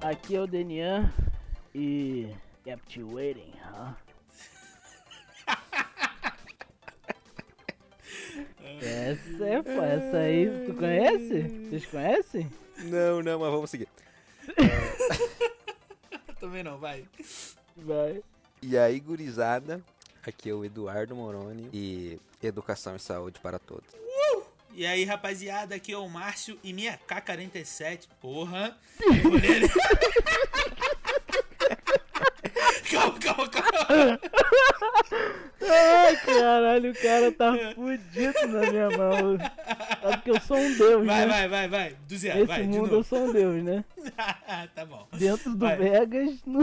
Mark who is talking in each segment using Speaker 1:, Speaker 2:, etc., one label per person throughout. Speaker 1: Aqui é o Denian e. Kept you waiting, huh? essa é, pô, essa aí tu conhece? Vocês conhecem?
Speaker 2: Não, não, mas vamos seguir.
Speaker 3: Também não, vai.
Speaker 1: Vai.
Speaker 2: E aí, gurizada, aqui é o Eduardo Moroni e educação e saúde para todos.
Speaker 3: E aí, rapaziada, aqui é o Márcio e minha K47, porra. calma, calma, calma.
Speaker 1: Ai, caralho, o cara tá fudido na minha mão. Sabe que eu sou um deus,
Speaker 3: Vai,
Speaker 1: né?
Speaker 3: vai, vai, vai. Do zero,
Speaker 1: Nesse
Speaker 3: vai, de
Speaker 1: mundo eu
Speaker 3: novo.
Speaker 1: sou um deus, né?
Speaker 3: tá bom.
Speaker 1: Dentro do
Speaker 3: Vai.
Speaker 1: Vegas. no-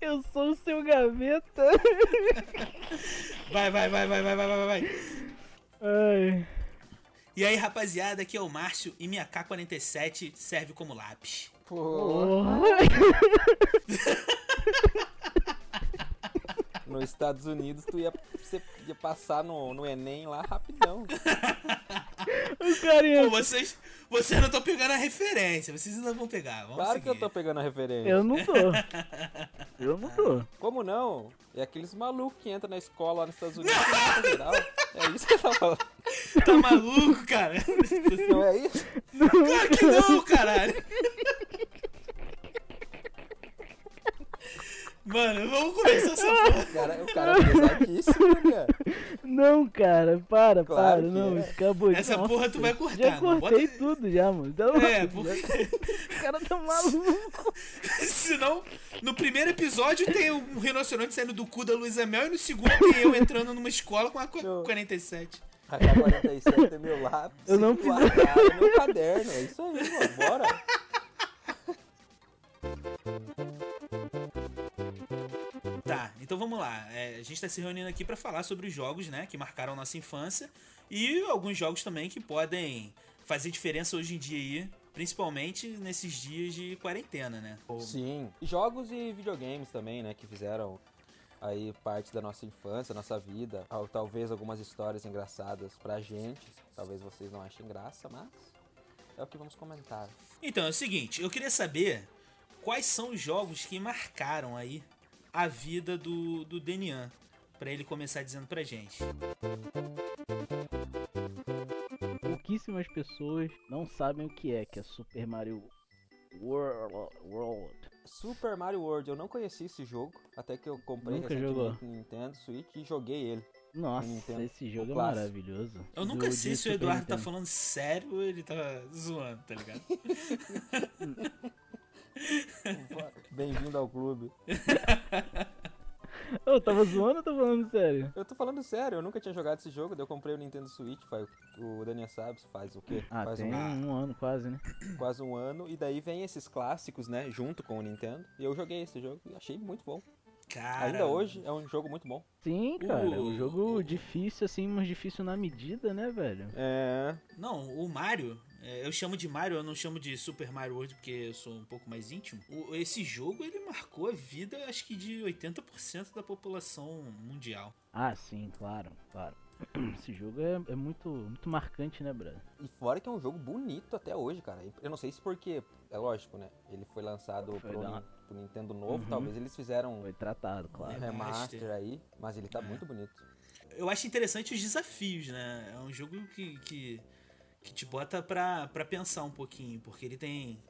Speaker 1: eu sou o seu gaveta.
Speaker 3: Vai, vai, vai, vai, vai, vai, vai, vai.
Speaker 1: Ai.
Speaker 3: E aí, rapaziada, aqui é o Márcio e minha K47 serve como lápis.
Speaker 1: Porra.
Speaker 2: Nos Estados Unidos, tu ia, você ia passar no, no Enem lá rapidão.
Speaker 1: O cara ia-
Speaker 3: Pô, vocês, vocês não estão pegando a referência, vocês ainda vão pegar. Vamos
Speaker 2: Claro que eu
Speaker 3: seguir.
Speaker 2: tô pegando a referência.
Speaker 1: Eu não tô. Eu não tô.
Speaker 2: Como não? É aqueles malucos que entram na escola lá nos Estados Unidos que mata geral. É isso que eu tava falando.
Speaker 3: Tá maluco, cara?
Speaker 2: Não é isso?
Speaker 3: Claro que não, caralho. Mano, vamos começar essa porra.
Speaker 2: O cara, o cara é pesadíssimo, né, cara?
Speaker 1: Não, cara, para,
Speaker 2: Claro
Speaker 1: para.
Speaker 2: que
Speaker 1: Não,
Speaker 2: é.
Speaker 1: acabou
Speaker 3: Essa
Speaker 1: Nossa,
Speaker 3: porra tu vai cortar,
Speaker 1: Já
Speaker 3: mano.
Speaker 1: cortei
Speaker 3: Bota-
Speaker 1: tudo já, mano. Tá louco,
Speaker 3: É,
Speaker 1: já-
Speaker 3: porque
Speaker 1: O cara tá maluco.
Speaker 3: senão no primeiro episódio tem um rinoceronte saindo do cu da Luísa Mel e no segundo tem eu entrando numa escola com a
Speaker 2: Não.
Speaker 3: 47.
Speaker 2: A K47 é meu lápis.
Speaker 1: Eu não
Speaker 2: o H é meu caderno. É isso aí, mano. Bora.
Speaker 3: Tá, então vamos lá. É, a gente tá se reunindo aqui pra falar sobre os jogos, né, que marcaram nossa infância e alguns jogos também que podem fazer diferença hoje em dia aí, principalmente nesses dias de quarentena, né?
Speaker 2: Sim. Jogos e videogames também, né? Que fizeram aí parte da nossa infância, nossa vida. Tal- Talvez algumas histórias engraçadas pra gente. Talvez vocês não achem graça, mas é o que vamos comentar.
Speaker 3: Então é o seguinte, eu queria saber quais são os jogos que marcaram aí a vida do do Denian, pra ele começar dizendo pra gente.
Speaker 1: Pouquíssimas pessoas não sabem o que é, que é Super Mario World. World.
Speaker 2: Super Mario World, eu não conheci esse jogo, até que eu comprei
Speaker 1: Nunca
Speaker 2: recentemente
Speaker 1: jogou.
Speaker 2: no Nintendo Switch e joguei ele.
Speaker 1: Nossa,
Speaker 2: Nintendo.
Speaker 1: esse jogo é
Speaker 2: Clássico.
Speaker 1: maravilhoso.
Speaker 3: Eu
Speaker 1: Do-
Speaker 3: nunca sei
Speaker 1: de
Speaker 3: se o
Speaker 1: Super
Speaker 3: Eduardo tá
Speaker 1: Nintendo.
Speaker 3: falando sério ou ele tá zoando, tá ligado?
Speaker 2: Bem-vindo ao clube.
Speaker 1: Eu tava zoando ou tô falando sério?
Speaker 2: Eu tô falando sério, eu nunca tinha jogado esse jogo, daí eu comprei o Nintendo Switch, faz, o Daniel sabe, faz o quê?
Speaker 1: Ah,
Speaker 2: faz
Speaker 1: tem
Speaker 2: um,
Speaker 1: um ano quase, né?
Speaker 2: quase um ano, e daí vem esses clássicos, né, junto com o Nintendo, e eu joguei esse jogo e achei muito bom.
Speaker 3: Cara,
Speaker 2: Ainda hoje é um jogo muito bom.
Speaker 1: Sim, cara. É
Speaker 3: O-
Speaker 1: um jogo difícil, assim, mas difícil na medida, né, velho?
Speaker 2: É,
Speaker 3: Não, o Mario, é, eu chamo de Mario, eu não chamo de Super Mario World porque eu sou um pouco mais íntimo. O- esse jogo ele marcou a vida, acho que de 80% da população mundial.
Speaker 1: Ah, sim, claro, claro. Esse jogo é, é muito, muito marcante, né, brother?
Speaker 2: e fora que é um jogo bonito até hoje, cara. Eu não sei se porque, é lógico, né, ele foi lançado
Speaker 1: Foi
Speaker 2: pro,
Speaker 1: da-
Speaker 2: Nin- pro Nintendo novo,
Speaker 1: Uhum.
Speaker 2: talvez eles fizeram
Speaker 1: Foi É. tratado, claro.
Speaker 2: um remaster aí, mas ele tá muito bonito.
Speaker 3: Eu acho interessante os desafios, né? É um jogo que que, que te bota pra, pra pensar um pouquinho, porque ele tem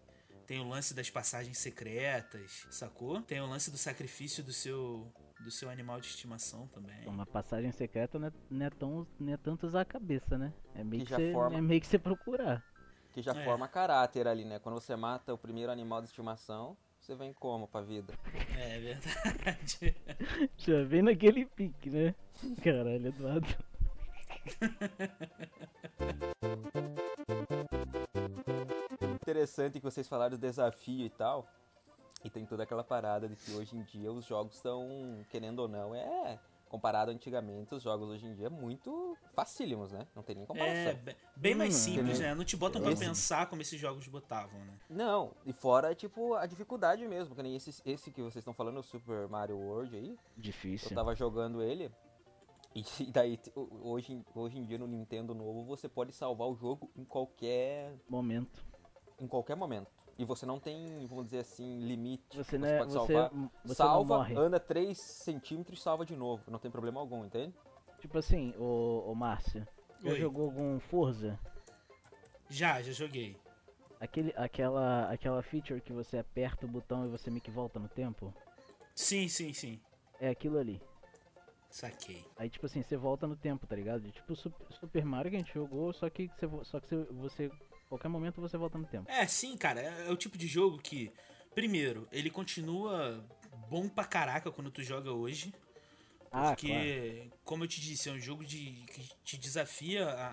Speaker 3: tem o lance das passagens secretas, sacou? Tem o lance do sacrifício do seu do seu animal de estimação também.
Speaker 1: É, Uma passagem secreta não é, não é tão, não é tanto usar a cabeça, né? É meio
Speaker 2: Que
Speaker 1: que,
Speaker 2: já
Speaker 1: você,
Speaker 2: forma.
Speaker 1: é meio que você procurar.
Speaker 2: Que já
Speaker 3: É.
Speaker 2: forma caráter ali, né? Quando você mata o primeiro animal de estimação, você vem como pra vida?
Speaker 3: É, é verdade.
Speaker 1: Já vem naquele pique, né? Caralho, Eduardo.
Speaker 2: Interessante que vocês falaram do desafio e tal. E tem toda aquela parada de que hoje em dia os jogos estão, querendo ou não, é. Comparado antigamente, os jogos hoje em dia é muito facílimos, né? Não tem nem
Speaker 3: É,
Speaker 2: comparação.
Speaker 3: be- bem mais
Speaker 1: Hum,
Speaker 3: simples,
Speaker 2: entendeu?
Speaker 3: né? Não te botam pra
Speaker 2: Esse-
Speaker 3: pensar como esses jogos botavam, né?
Speaker 2: Não, e fora, tipo, a dificuldade mesmo. Que nem esse, esse que vocês estão falando, o Super Mario World aí. Eu
Speaker 1: Difícil.
Speaker 2: tava jogando ele. E daí, t- hoje, em- hoje em dia no Nintendo novo, você pode salvar o jogo em qualquer
Speaker 1: Momento.
Speaker 2: em qualquer momento. E você não tem, vamos dizer assim, limite.
Speaker 1: Você, né,
Speaker 2: pode
Speaker 1: você,
Speaker 2: salvar.
Speaker 1: você não
Speaker 2: salva,
Speaker 1: morre.
Speaker 2: anda 3 centímetros e salva de novo. Não tem problema algum, entende?
Speaker 1: Tipo assim, ô, ô Márcio, já
Speaker 3: Oi.
Speaker 1: jogou algum Forza?
Speaker 3: Já, já joguei.
Speaker 1: Aquele, aquela, aquela feature que você aperta o botão e você meio que volta no tempo?
Speaker 3: Sim, sim, sim.
Speaker 1: É aquilo ali.
Speaker 3: Saquei.
Speaker 1: Aí, tipo assim, você volta no tempo, tá ligado? Tipo Sup- Super Mario que a gente jogou, só que você, vo- só que você, você- Qualquer momento você volta no tempo.
Speaker 3: É, sim, cara. É é o tipo de jogo que, primeiro, ele continua bom pra caraca quando tu joga hoje.
Speaker 1: Ah, claro.
Speaker 3: Porque, como eu te disse, é um jogo de, que te desafia a,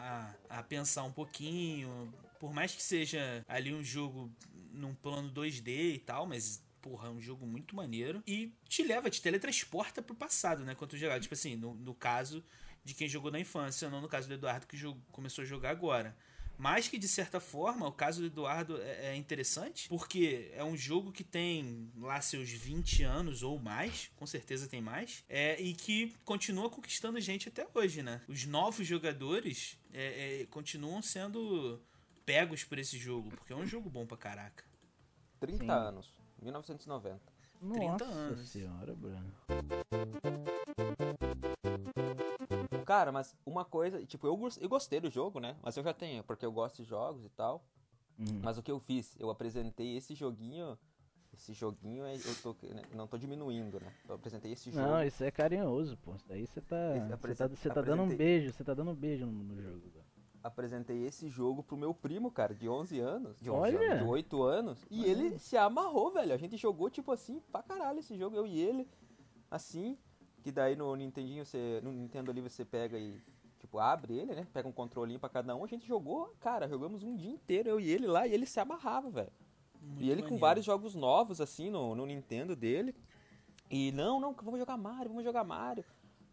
Speaker 3: a, a pensar um pouquinho. Por mais que seja ali um jogo num plano 2D e tal, mas, porra, é um jogo muito maneiro. E te leva, te teletransporta pro passado, né? Quando tu jogar. Tipo assim, no, no caso de quem jogou na infância, não no caso do Eduardo que jo- começou a jogar agora. Mas que, de certa forma, o caso do Eduardo é, é interessante, porque é um jogo que tem lá seus 20 anos ou mais, com certeza tem mais, é, e que continua conquistando gente até hoje, né? Os novos jogadores é, é, continuam sendo pegos por esse jogo, porque é um jogo bom pra caraca.
Speaker 2: 30
Speaker 1: Sim.
Speaker 2: anos. 1990.
Speaker 1: Nossa
Speaker 3: 30 anos.
Speaker 1: senhora, Bruno.
Speaker 2: Cara, mas uma coisa, tipo, eu, gos- eu gostei do jogo, né? Mas eu já tenho, porque eu gosto de jogos e tal.
Speaker 1: Uhum.
Speaker 2: Mas o que eu fiz? Eu apresentei esse joguinho. Esse joguinho é- eu tô, né, não tô diminuindo, né? Eu apresentei esse jogo.
Speaker 1: Não, isso é carinhoso, pô. Isso daí você tá.
Speaker 2: Esse-
Speaker 1: Você tá,
Speaker 2: apresen-
Speaker 1: você tá dando um
Speaker 2: apresentei-
Speaker 1: beijo, você tá dando um beijo no, no jogo. cara.
Speaker 2: Apresentei esse jogo pro meu primo, cara, de 11 anos. De 11
Speaker 1: Olha!
Speaker 2: anos, de 8 anos. E ele se amarrou, velho. A gente jogou, tipo assim, pra caralho esse jogo, eu e ele. Assim, que daí no Nintendinho, você, no Nintendo ali você pega e, tipo, abre ele, né? Pega um controlinho pra cada um. A gente jogou, cara, jogamos um dia inteiro, eu e ele lá, e ele se amarrava, velho.
Speaker 3: Muito
Speaker 2: E ele com
Speaker 3: maneiro.
Speaker 2: vários jogos novos, assim, no, no Nintendo dele. E não, não, vamos jogar Mario, vamos jogar Mario.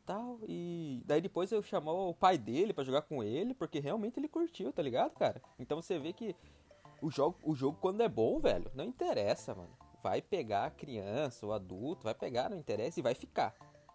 Speaker 2: Tal. E daí depois eu chamou o pai dele pra jogar com ele, porque realmente ele curtiu, tá ligado, cara? Então você vê que o jogo, o jogo quando é bom, velho, não interessa, mano. Vai pegar a criança, o adulto, vai pegar, não interessa, e vai ficar.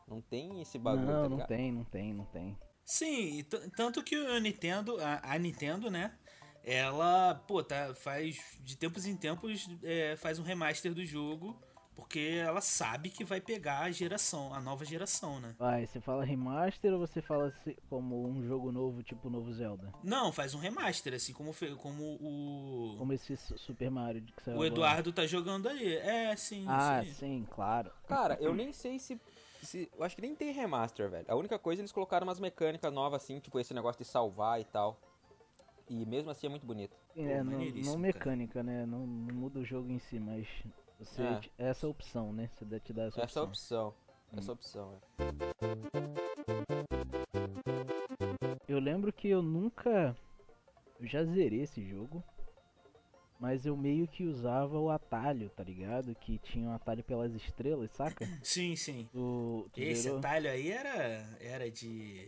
Speaker 2: Não tem esse bagulho, tá
Speaker 1: Não,
Speaker 2: ligado?
Speaker 1: não tem, não tem, não tem.
Speaker 3: Sim, e t- tanto que o Nintendo, a, a Nintendo, né? Ela, pô, tá, faz de tempos em tempos é, faz um remaster do jogo, porque ela sabe que vai pegar a geração, a nova geração, né?
Speaker 1: Vai, você fala remaster ou você fala se- como um jogo novo, tipo novo Zelda?
Speaker 3: Não, faz um remaster, assim como, fe- como o,
Speaker 1: Como esse Su- Super Mario que saiu
Speaker 3: o
Speaker 1: agora.
Speaker 3: Eduardo tá jogando aí. É, sim,
Speaker 1: Ah,
Speaker 3: sim.
Speaker 1: sim, claro.
Speaker 2: Cara, eu nem sei se, se- Eu acho que nem tem remaster, velho. A única coisa, eles colocaram umas mecânicas novas, assim, tipo esse negócio de salvar e tal. E mesmo assim é muito bonito.
Speaker 1: É, não,
Speaker 3: maneiríssimo,
Speaker 1: não
Speaker 3: cara.
Speaker 1: mecânica, né? Não, não muda o jogo em si, mas você
Speaker 2: É.
Speaker 1: te- essa opção, né? Você dá- te dá essa,
Speaker 2: Essa
Speaker 1: opção.
Speaker 2: opção. Essa opção, é.
Speaker 1: Eu lembro que eu nunca. Eu já zerei esse jogo. Mas eu meio que usava o atalho, tá ligado? Que tinha um atalho pelas estrelas, saca?
Speaker 3: Sim, sim.
Speaker 1: Tu, tu
Speaker 3: Esse é
Speaker 1: zerou?
Speaker 3: atalho aí era, era de,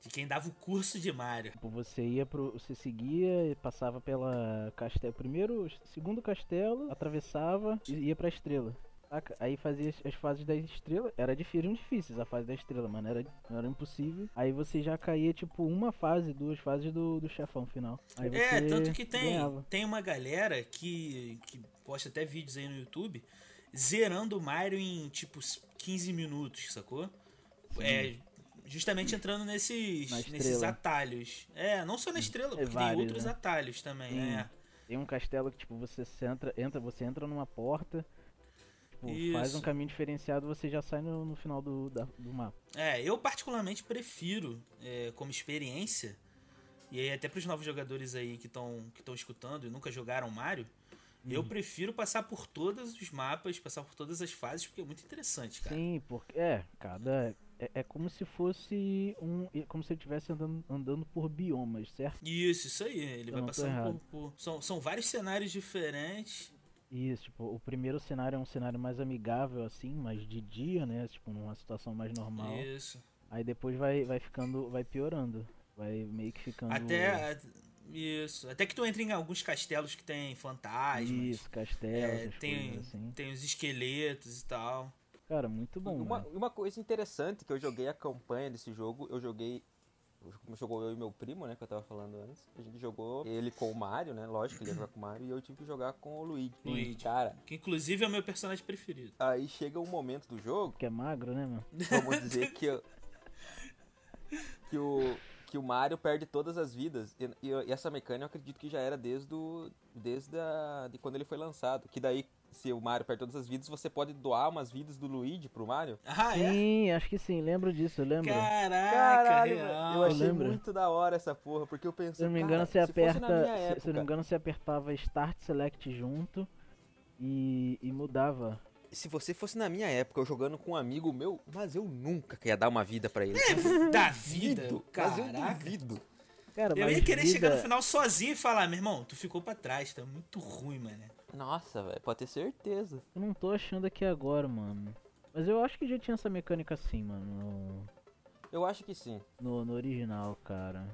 Speaker 3: de quem dava o curso de Mario.
Speaker 1: Tipo, você ia pro. Você seguia e passava pela castelo. Primeiro, segundo castelo, atravessava e ia pra estrela. saca? Aí fazia as- as fases da estrela. Era difícil, eram difíceis a fase da estrela, mano. Era, era impossível. Aí você já caía, tipo, uma fase, duas fases do, do chefão final. Aí você
Speaker 3: É, tanto que tem,
Speaker 1: ganhava.
Speaker 3: tem uma galera que, que posta até vídeos aí no YouTube zerando o Mario em tipo 15 minutos, sacou? É, justamente entrando nesses,
Speaker 1: Na
Speaker 3: nesses
Speaker 1: estrela.
Speaker 3: atalhos. É, não só na estrela, porque tem
Speaker 1: vários,
Speaker 3: outros
Speaker 1: né?
Speaker 3: atalhos também.
Speaker 1: Sim.
Speaker 3: é.
Speaker 1: Tem um castelo que, tipo, você se entra, entra, você entra numa porta. Tipo, faz um
Speaker 3: Isso.
Speaker 1: caminho diferenciado, você já sai no, no final do, da- do mapa.
Speaker 3: É, eu particularmente prefiro, é, como experiência, e aí até pros novos jogadores aí que estão que tão escutando e nunca jogaram Mario,
Speaker 1: Uhum.
Speaker 3: eu prefiro passar por todos os mapas, passar por todas as fases, porque é muito interessante, cara.
Speaker 1: Sim, porque é, cada é, é como se fosse um, é como se ele estivesse andando, andando por biomas, certo?
Speaker 3: Isso, isso aí. Ele
Speaker 1: Eu não
Speaker 3: vai
Speaker 1: tô
Speaker 3: passando
Speaker 1: errado.
Speaker 3: por. por- São, são vários cenários diferentes.
Speaker 1: Isso, tipo, o primeiro cenário é um cenário mais amigável assim, mais de dia, né? Tipo, numa situação mais normal.
Speaker 3: Isso.
Speaker 1: Aí depois vai vai ficando, vai piorando, vai meio que ficando
Speaker 3: Até. a- Isso. Até que tu entra em alguns castelos que tem fantasmas.
Speaker 1: isso, castelo,
Speaker 3: é,
Speaker 1: essas
Speaker 3: tem,
Speaker 1: coisas assim.
Speaker 3: tem os esqueletos e tal.
Speaker 1: Cara, muito bom,
Speaker 2: uma,
Speaker 1: mano.
Speaker 2: uma coisa interessante que eu joguei a campanha desse jogo, eu joguei jogou eu e meu primo, né, que eu tava falando antes. A gente jogou ele com o Mario, né? Lógico que ele ia jogar com o Mario. E eu tive que jogar com o Luigi.
Speaker 3: Luigi.
Speaker 2: Cara,
Speaker 3: Que inclusive é o meu personagem preferido.
Speaker 2: aí chega um momento do jogo,
Speaker 1: Que é magro, né, mano?
Speaker 2: vamos dizer que eu- que o que o Mario perde todas as vidas. E, e- e essa mecânica eu acredito que já era desde o, desde a, de quando ele foi lançado, que daí se o Mario perde todas as vidas, você pode doar umas vidas do Luigi pro Mario.
Speaker 3: Ah, é?
Speaker 1: Sim, acho que sim, lembro disso, eu lembro.
Speaker 3: Caraca,
Speaker 2: Caralho,
Speaker 3: real.
Speaker 2: mano, eu achei
Speaker 1: lembro.
Speaker 2: muito da hora essa porra, porque eu pensei,
Speaker 1: Se eu não me engano, você
Speaker 2: cara, se fosse na minha
Speaker 1: aperta. se- Se, eu não
Speaker 2: época-
Speaker 1: me engano, você apertava Start Select junto e, e mudava.
Speaker 2: se você fosse na minha época, eu jogando com um amigo meu, mas eu nunca ia dar uma vida pra ele.
Speaker 3: Da vida,
Speaker 2: Duvido, mas eu
Speaker 3: caraca.
Speaker 2: duvido.
Speaker 1: Cara,
Speaker 3: Eu
Speaker 1: mas
Speaker 3: ia querer
Speaker 1: vida-
Speaker 3: chegar no final sozinho e falar, meu irmão, tu ficou pra trás, tá muito ruim, mano.
Speaker 2: Nossa, velho, pode ter certeza.
Speaker 1: Eu não tô achando aqui agora, mano. Mas eu acho que já tinha essa mecânica assim, mano.
Speaker 2: Eu acho que sim.
Speaker 1: No, no, no original, cara.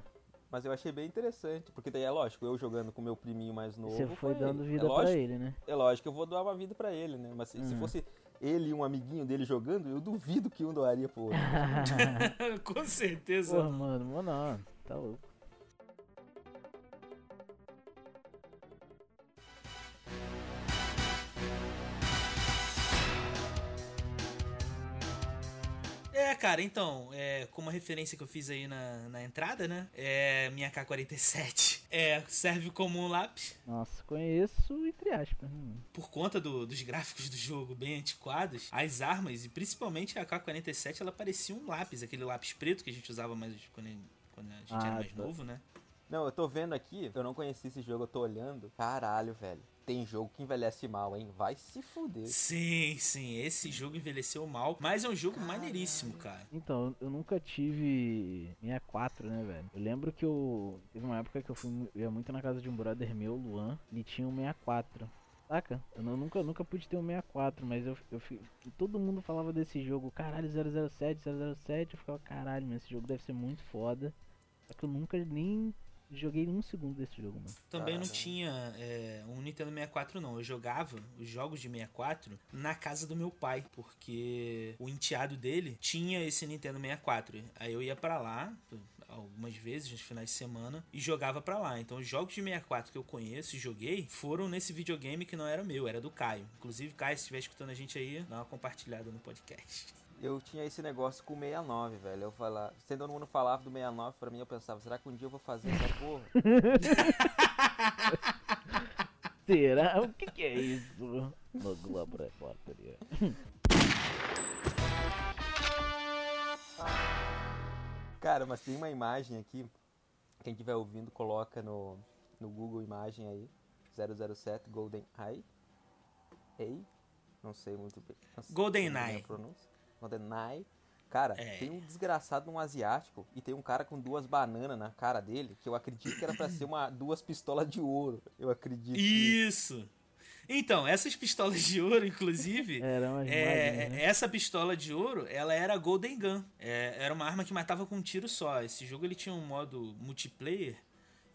Speaker 2: Mas eu achei bem interessante, porque daí é lógico, eu jogando com meu priminho mais novo.
Speaker 1: Você foi dando vida pra
Speaker 2: é lógico,
Speaker 1: ele, Hum. né?
Speaker 2: É lógico, eu vou doar uma vida pra ele, né? Mas se, se fosse ele e um amiguinho dele jogando, eu duvido que um doaria pro outro.
Speaker 3: Com certeza.
Speaker 1: Porra, mano, mano, ó, tá louco.
Speaker 3: É, cara, então, é, como a referência que eu fiz aí na, na entrada, né? É minha K-47. É, serve como um lápis.
Speaker 1: Nossa, conheço entre aspas. né, mano?
Speaker 3: Por conta do- dos gráficos do jogo bem antiquados, as armas, e principalmente a K-47, ela parecia um lápis, aquele lápis preto que a gente usava mais quando, quando a gente
Speaker 1: Ah,
Speaker 3: era mais
Speaker 1: tá.
Speaker 3: novo, né?
Speaker 2: Não, eu tô vendo aqui, eu não conheci esse jogo, eu tô olhando. Caralho, velho. Tem jogo que envelhece mal, hein? Vai se fuder.
Speaker 3: Sim, sim, esse jogo envelheceu mal, mas é um jogo maneiríssimo, cara.
Speaker 1: Então, eu nunca tive 64, né, velho? Eu lembro que eu. Teve uma época que eu fui eu ia muito na casa de um brother meu, o Luan, ele tinha um 64. Saca? Eu não- nunca, nunca pude ter um 64, mas eu, eu fi- todo mundo falava desse jogo, caralho, 007, 007. Eu ficava, caralho, mas esse jogo deve ser muito foda. Só que eu nunca nem joguei um segundo desse jogo, mano.
Speaker 3: Também não
Speaker 2: Caralho.
Speaker 3: tinha é, um Nintendo 64, não. Eu jogava os jogos de 64 na casa do meu pai, porque o enteado dele tinha esse Nintendo 64. Aí eu ia pra lá algumas vezes nos finais de semana e jogava pra lá. Então os jogos de 64 que eu conheço e joguei foram nesse videogame que não era meu, era do Caio. Inclusive, Caio, se estiver escutando a gente aí, dá uma compartilhada no podcast.
Speaker 2: Eu tinha esse negócio com o 69, velho. Eu falava, se todo mundo falava do 69 pra mim, eu pensava, será que um dia eu vou fazer essa porra?
Speaker 1: Será? O que, que é isso? No Globo Repórter.
Speaker 2: Cara, mas tem uma imagem aqui. Quem estiver ouvindo, coloca no, no Google imagem aí. 007 Golden Eye. Ei? Não sei muito bem. não sei
Speaker 3: Golden
Speaker 2: muito bem é a
Speaker 3: Eye.
Speaker 2: pronúncia. Golden Eye. Cara,
Speaker 3: É.
Speaker 2: tem um desgraçado, um asiático, e tem um cara com duas bananas na cara dele, que eu acredito que era pra ser uma, duas pistolas de ouro. Eu acredito. que-
Speaker 3: Isso! Então, essas pistolas de ouro, inclusive.
Speaker 1: Era uma
Speaker 3: É,
Speaker 1: imagem, né?
Speaker 3: Essa pistola de ouro, ela era Golden Gun. É, era uma arma que matava com um tiro só. Esse jogo ele tinha um modo multiplayer.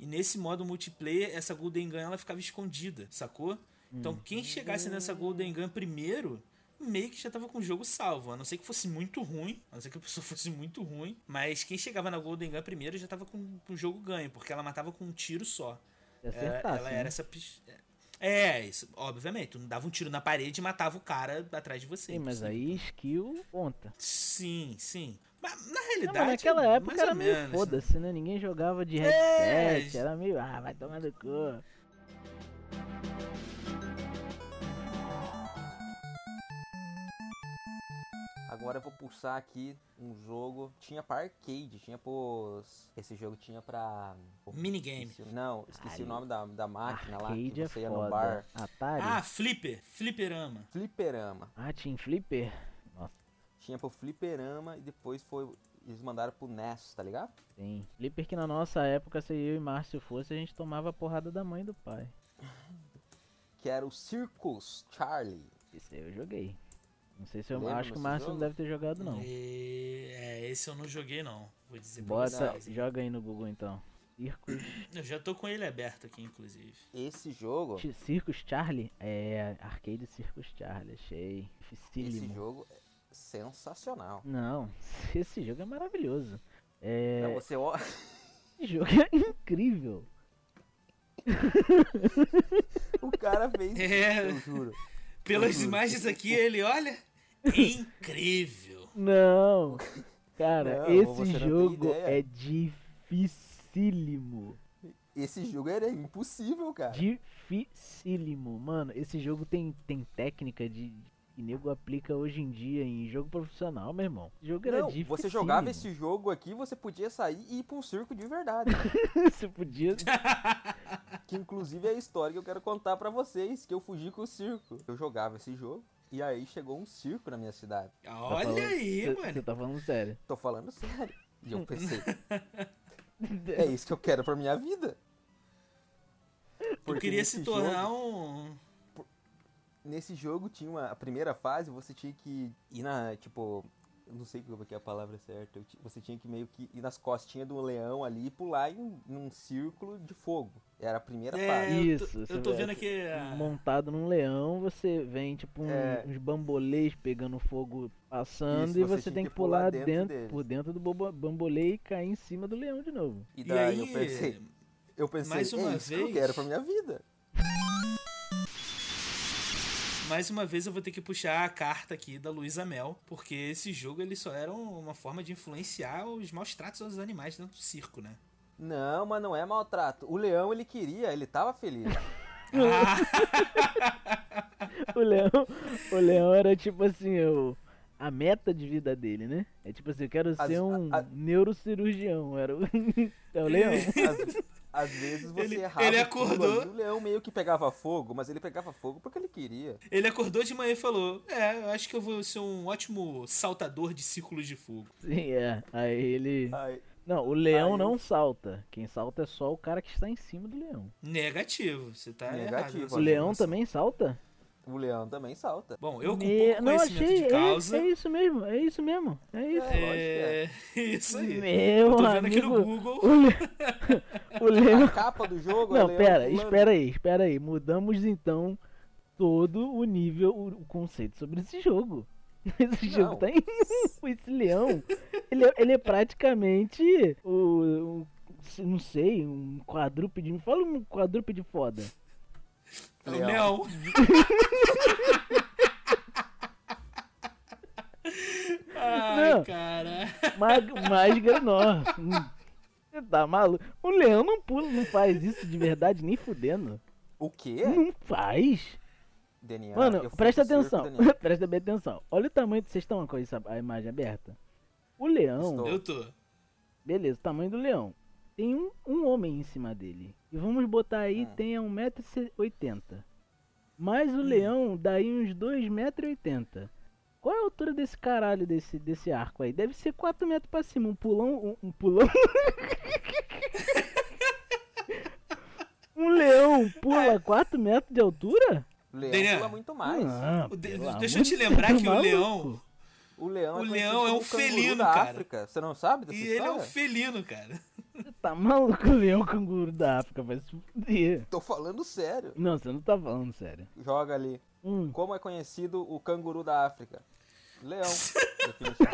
Speaker 3: E nesse modo multiplayer, essa Golden Gun ela ficava escondida, sacou? Então quem chegasse nessa Golden Gun primeiro, meio que já tava com o jogo salvo. A não ser que fosse muito ruim. A não ser que a pessoa fosse muito ruim. Mas quem chegava na Golden Gun primeiro já tava com com o jogo ganho, porque ela matava com um tiro só.
Speaker 1: Se
Speaker 3: Ela,
Speaker 1: acertasse,
Speaker 3: ela era
Speaker 1: né?
Speaker 3: essa pis- É, isso, obviamente. Tu não dava um tiro na parede e matava o cara atrás de você.
Speaker 1: Sim, mas
Speaker 3: impossível.
Speaker 1: aí skill conta.
Speaker 3: Sim, sim. Mas na
Speaker 1: Não,
Speaker 3: realidade.
Speaker 1: mas naquela época
Speaker 3: é mais ou
Speaker 1: era meio
Speaker 3: menos, né?
Speaker 1: foda-se, né? Ninguém jogava de
Speaker 3: É,
Speaker 1: headset,
Speaker 3: isso.
Speaker 1: era meio, ah, vai tomar no cu.
Speaker 2: Agora eu vou pulsar aqui um jogo. Tinha pra arcade, tinha pros. Esse jogo tinha pra.
Speaker 3: Minigame.
Speaker 2: Esqueci o- Não, esqueci o nome da, da máquina lá.
Speaker 1: Arcade
Speaker 2: Que
Speaker 1: é
Speaker 2: você ia no
Speaker 1: foda.
Speaker 2: bar.
Speaker 1: Atari?
Speaker 3: Ah, Flipper. Flipperama.
Speaker 2: Fliperama.
Speaker 1: Ah, Team Flipper? Nossa,
Speaker 2: Tinha pro Fliperama e depois foi. Eles mandaram pro NES, tá ligado?
Speaker 1: tem. Flipper que na nossa época, se eu e Márcio fosse, a gente tomava a porrada da mãe e do pai.
Speaker 2: Que era o Circus Charlie.
Speaker 1: Isso aí eu joguei. Não sei se eu
Speaker 2: Lembra
Speaker 1: acho que o
Speaker 2: desse
Speaker 1: Márcio não
Speaker 2: jogo?
Speaker 1: deve ter jogado, não.
Speaker 3: E- É, esse eu não joguei, não. Vou dizer pra
Speaker 1: Bota,
Speaker 3: vocês.
Speaker 1: joga aí no Google então. Circus,
Speaker 3: Eu já tô com ele aberto aqui, inclusive.
Speaker 2: Esse jogo.
Speaker 1: Circus Charlie? É, Arcade Circus Charlie, achei.
Speaker 2: Esse
Speaker 1: Dificílimo.
Speaker 2: jogo é sensacional.
Speaker 1: Não, esse jogo é maravilhoso. É,
Speaker 2: Não, você ó-
Speaker 1: Esse jogo é incrível.
Speaker 2: O cara fez
Speaker 3: É.
Speaker 2: isso, eu juro.
Speaker 3: Pelas imagens aqui, ele olha. Incrível.
Speaker 1: Não. Cara,
Speaker 2: Não, você
Speaker 1: esse
Speaker 2: não tem
Speaker 1: jogo
Speaker 2: ideia.
Speaker 1: é dificílimo.
Speaker 2: Esse jogo era impossível, cara.
Speaker 1: Dificílimo. Mano, esse jogo tem, tem técnica de. Que nego aplica hoje em dia em jogo profissional, meu irmão. O jogo era
Speaker 2: Não,
Speaker 1: dificílimo.
Speaker 2: você jogava esse jogo aqui, você podia sair e ir pra um circo de verdade.
Speaker 1: Você tá podia.
Speaker 2: que inclusive é a história que eu quero contar pra vocês, que eu fugi com o circo. Eu jogava esse jogo e aí chegou um circo na minha cidade.
Speaker 1: Tá falando-
Speaker 3: Olha aí,
Speaker 1: cê- Você
Speaker 3: mano.
Speaker 1: tá falando sério.
Speaker 2: Tô falando sério. E eu pensei, é isso que eu quero pra minha vida.
Speaker 3: Eu
Speaker 2: Porque
Speaker 3: queria
Speaker 2: nesse
Speaker 3: se tornar
Speaker 2: jogo-
Speaker 3: um.
Speaker 2: Nesse jogo tinha uma, a primeira fase, você tinha que ir na, tipo, eu não sei como que é a palavra certa, eu ti- você tinha que meio que ir nas costinhas do leão ali e pular em, num círculo de fogo. Era a primeira
Speaker 3: É,
Speaker 2: fase.
Speaker 3: eu
Speaker 1: Tá Isso,
Speaker 3: tô-
Speaker 1: você um
Speaker 3: eu tô
Speaker 1: vê,
Speaker 3: vendo aqui. a-
Speaker 1: Montado num leão, você vem tipo um-
Speaker 2: É.
Speaker 1: uns bambolês pegando fogo passando
Speaker 2: Isso,
Speaker 1: e
Speaker 2: você
Speaker 1: você
Speaker 2: tinha
Speaker 1: tem
Speaker 2: que
Speaker 1: que pular
Speaker 2: pular dentro deles.
Speaker 1: por dentro do bobo- bambolê e cair em cima do leão de novo.
Speaker 2: E
Speaker 3: E
Speaker 2: daí
Speaker 3: aí,
Speaker 2: eu pensei, eu pensei,
Speaker 3: mais uma
Speaker 2: é isso que eu
Speaker 3: vez-
Speaker 2: quero pra minha vida.
Speaker 3: mais uma vez eu vou ter que puxar a carta aqui da Luísa Mel, porque esse jogo ele só era um, uma forma de influenciar os maus tratos aos animais dentro do circo, né?
Speaker 2: Não, mas não é maltrato. O leão, ele queria, ele tava feliz.
Speaker 1: Uhum.
Speaker 3: Ah,
Speaker 1: O leão, o leão era tipo assim, o, a meta de vida dele, né? É tipo assim, eu quero
Speaker 2: As-
Speaker 1: ser um
Speaker 2: a- a-
Speaker 1: neurocirurgião, era o, é o leão.
Speaker 2: Às, às vezes você
Speaker 3: Ele-
Speaker 2: errava.
Speaker 3: ele
Speaker 2: o pulo
Speaker 3: acordou.
Speaker 2: ali, O leão meio que pegava fogo, mas ele pegava fogo porque ele queria.
Speaker 3: ele acordou de manhã e falou: É, eu acho que eu vou ser um ótimo saltador de círculos de fogo.
Speaker 1: Sim, é. Aí ele.
Speaker 2: Ai,
Speaker 1: Não, o leão
Speaker 2: aí
Speaker 1: não
Speaker 2: eu-
Speaker 1: salta. Quem salta é só o cara que está em cima do leão.
Speaker 3: Negativo, você tá
Speaker 2: Negativo,
Speaker 3: errado. nessa
Speaker 1: O
Speaker 2: Olha,
Speaker 1: leão
Speaker 3: informação.
Speaker 1: também salta?
Speaker 2: o leão também salta.
Speaker 3: Bom, eu com
Speaker 1: Me-
Speaker 3: pouco
Speaker 1: Não,
Speaker 3: conhecimento
Speaker 1: achei.
Speaker 3: de
Speaker 1: é-
Speaker 3: causa.
Speaker 1: É, isso mesmo, é isso mesmo. É isso.
Speaker 2: É, lógico
Speaker 3: É, isso aí.
Speaker 1: Meu
Speaker 3: eu tô vendo aqui no
Speaker 1: amigo.
Speaker 3: Google.
Speaker 1: O, le... o leão.
Speaker 2: A capa do jogo é o
Speaker 1: Não,
Speaker 2: leão
Speaker 1: pera,
Speaker 2: pulando.
Speaker 1: espera aí, espera aí. Mudamos então todo o nível, o, o conceito sobre esse jogo. Esse jogo
Speaker 2: Não.
Speaker 1: tá em. esse leão. Ele, é- ele é praticamente o. o- se- não sei, um quadrúpede. Me fala um quadrúpede foda.
Speaker 3: É o
Speaker 2: Leão.
Speaker 3: leão. Ai,
Speaker 1: Não.
Speaker 3: cara.
Speaker 1: Mag, mais granor. Hum. Você tá maluco? O leão não pula, não faz isso de verdade, nem fudendo.
Speaker 2: O quê?
Speaker 1: Não faz.
Speaker 2: Daniel,
Speaker 1: Mano,
Speaker 2: Assim, eu fui
Speaker 1: presta
Speaker 2: pro circo,
Speaker 1: atenção.
Speaker 2: Daniel.
Speaker 1: presta bem atenção. Olha o tamanho. Vocês estão com essa- a imagem aberta? O leão.
Speaker 2: Estou.
Speaker 3: Eu tô.
Speaker 1: Beleza, o tamanho do leão. Tem um, um homem em cima dele. E vamos botar aí,
Speaker 2: Hum.
Speaker 1: tem 1,80m. Mas o leão dá aí uns 2,80m. Qual é a altura desse caralho, desse, desse arco aí? Deve ser 4 metros pra cima. Um pulão. Um, um pulão. um leão pula 4 metros de altura?
Speaker 2: O leão
Speaker 3: Daniel.
Speaker 2: pula muito mais.
Speaker 1: Ah,
Speaker 3: O de-
Speaker 1: pelo amor
Speaker 3: deixa eu te
Speaker 1: de
Speaker 3: lembrar
Speaker 1: Deus, tá
Speaker 3: que o
Speaker 1: maluco.
Speaker 3: leão.
Speaker 2: O leão é, conhecido como
Speaker 3: O leão é um
Speaker 2: o canguru
Speaker 3: felino,
Speaker 2: da
Speaker 3: cara.
Speaker 2: África. Você não sabe dessa
Speaker 3: E ele
Speaker 2: história?
Speaker 3: é um felino, cara.
Speaker 1: Você tá maluco, o leão canguru da África? Vai se fuder.
Speaker 2: Tô falando sério.
Speaker 1: Não, você não tá falando sério.
Speaker 2: Joga ali.
Speaker 1: Hum.
Speaker 2: Como é conhecido o canguru da África? Leão. Definição.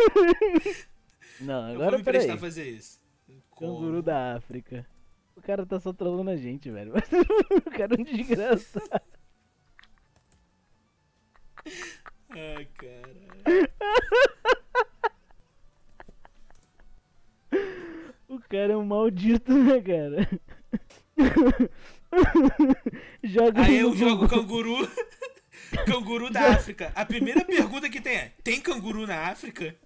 Speaker 1: Não,
Speaker 3: Eu vou
Speaker 1: agora
Speaker 3: me prestar
Speaker 1: peraí.
Speaker 3: a fazer isso.
Speaker 1: Canguru da África. O cara tá só trolando a gente, velho. o cara é um desgraçado.
Speaker 3: Ai, cara.
Speaker 1: O cara é um maldito, né, cara? Joga
Speaker 3: Aí
Speaker 1: no
Speaker 3: eu
Speaker 1: Google.
Speaker 3: jogo canguru. Canguru da África. A primeira pergunta que tem é: tem canguru na África?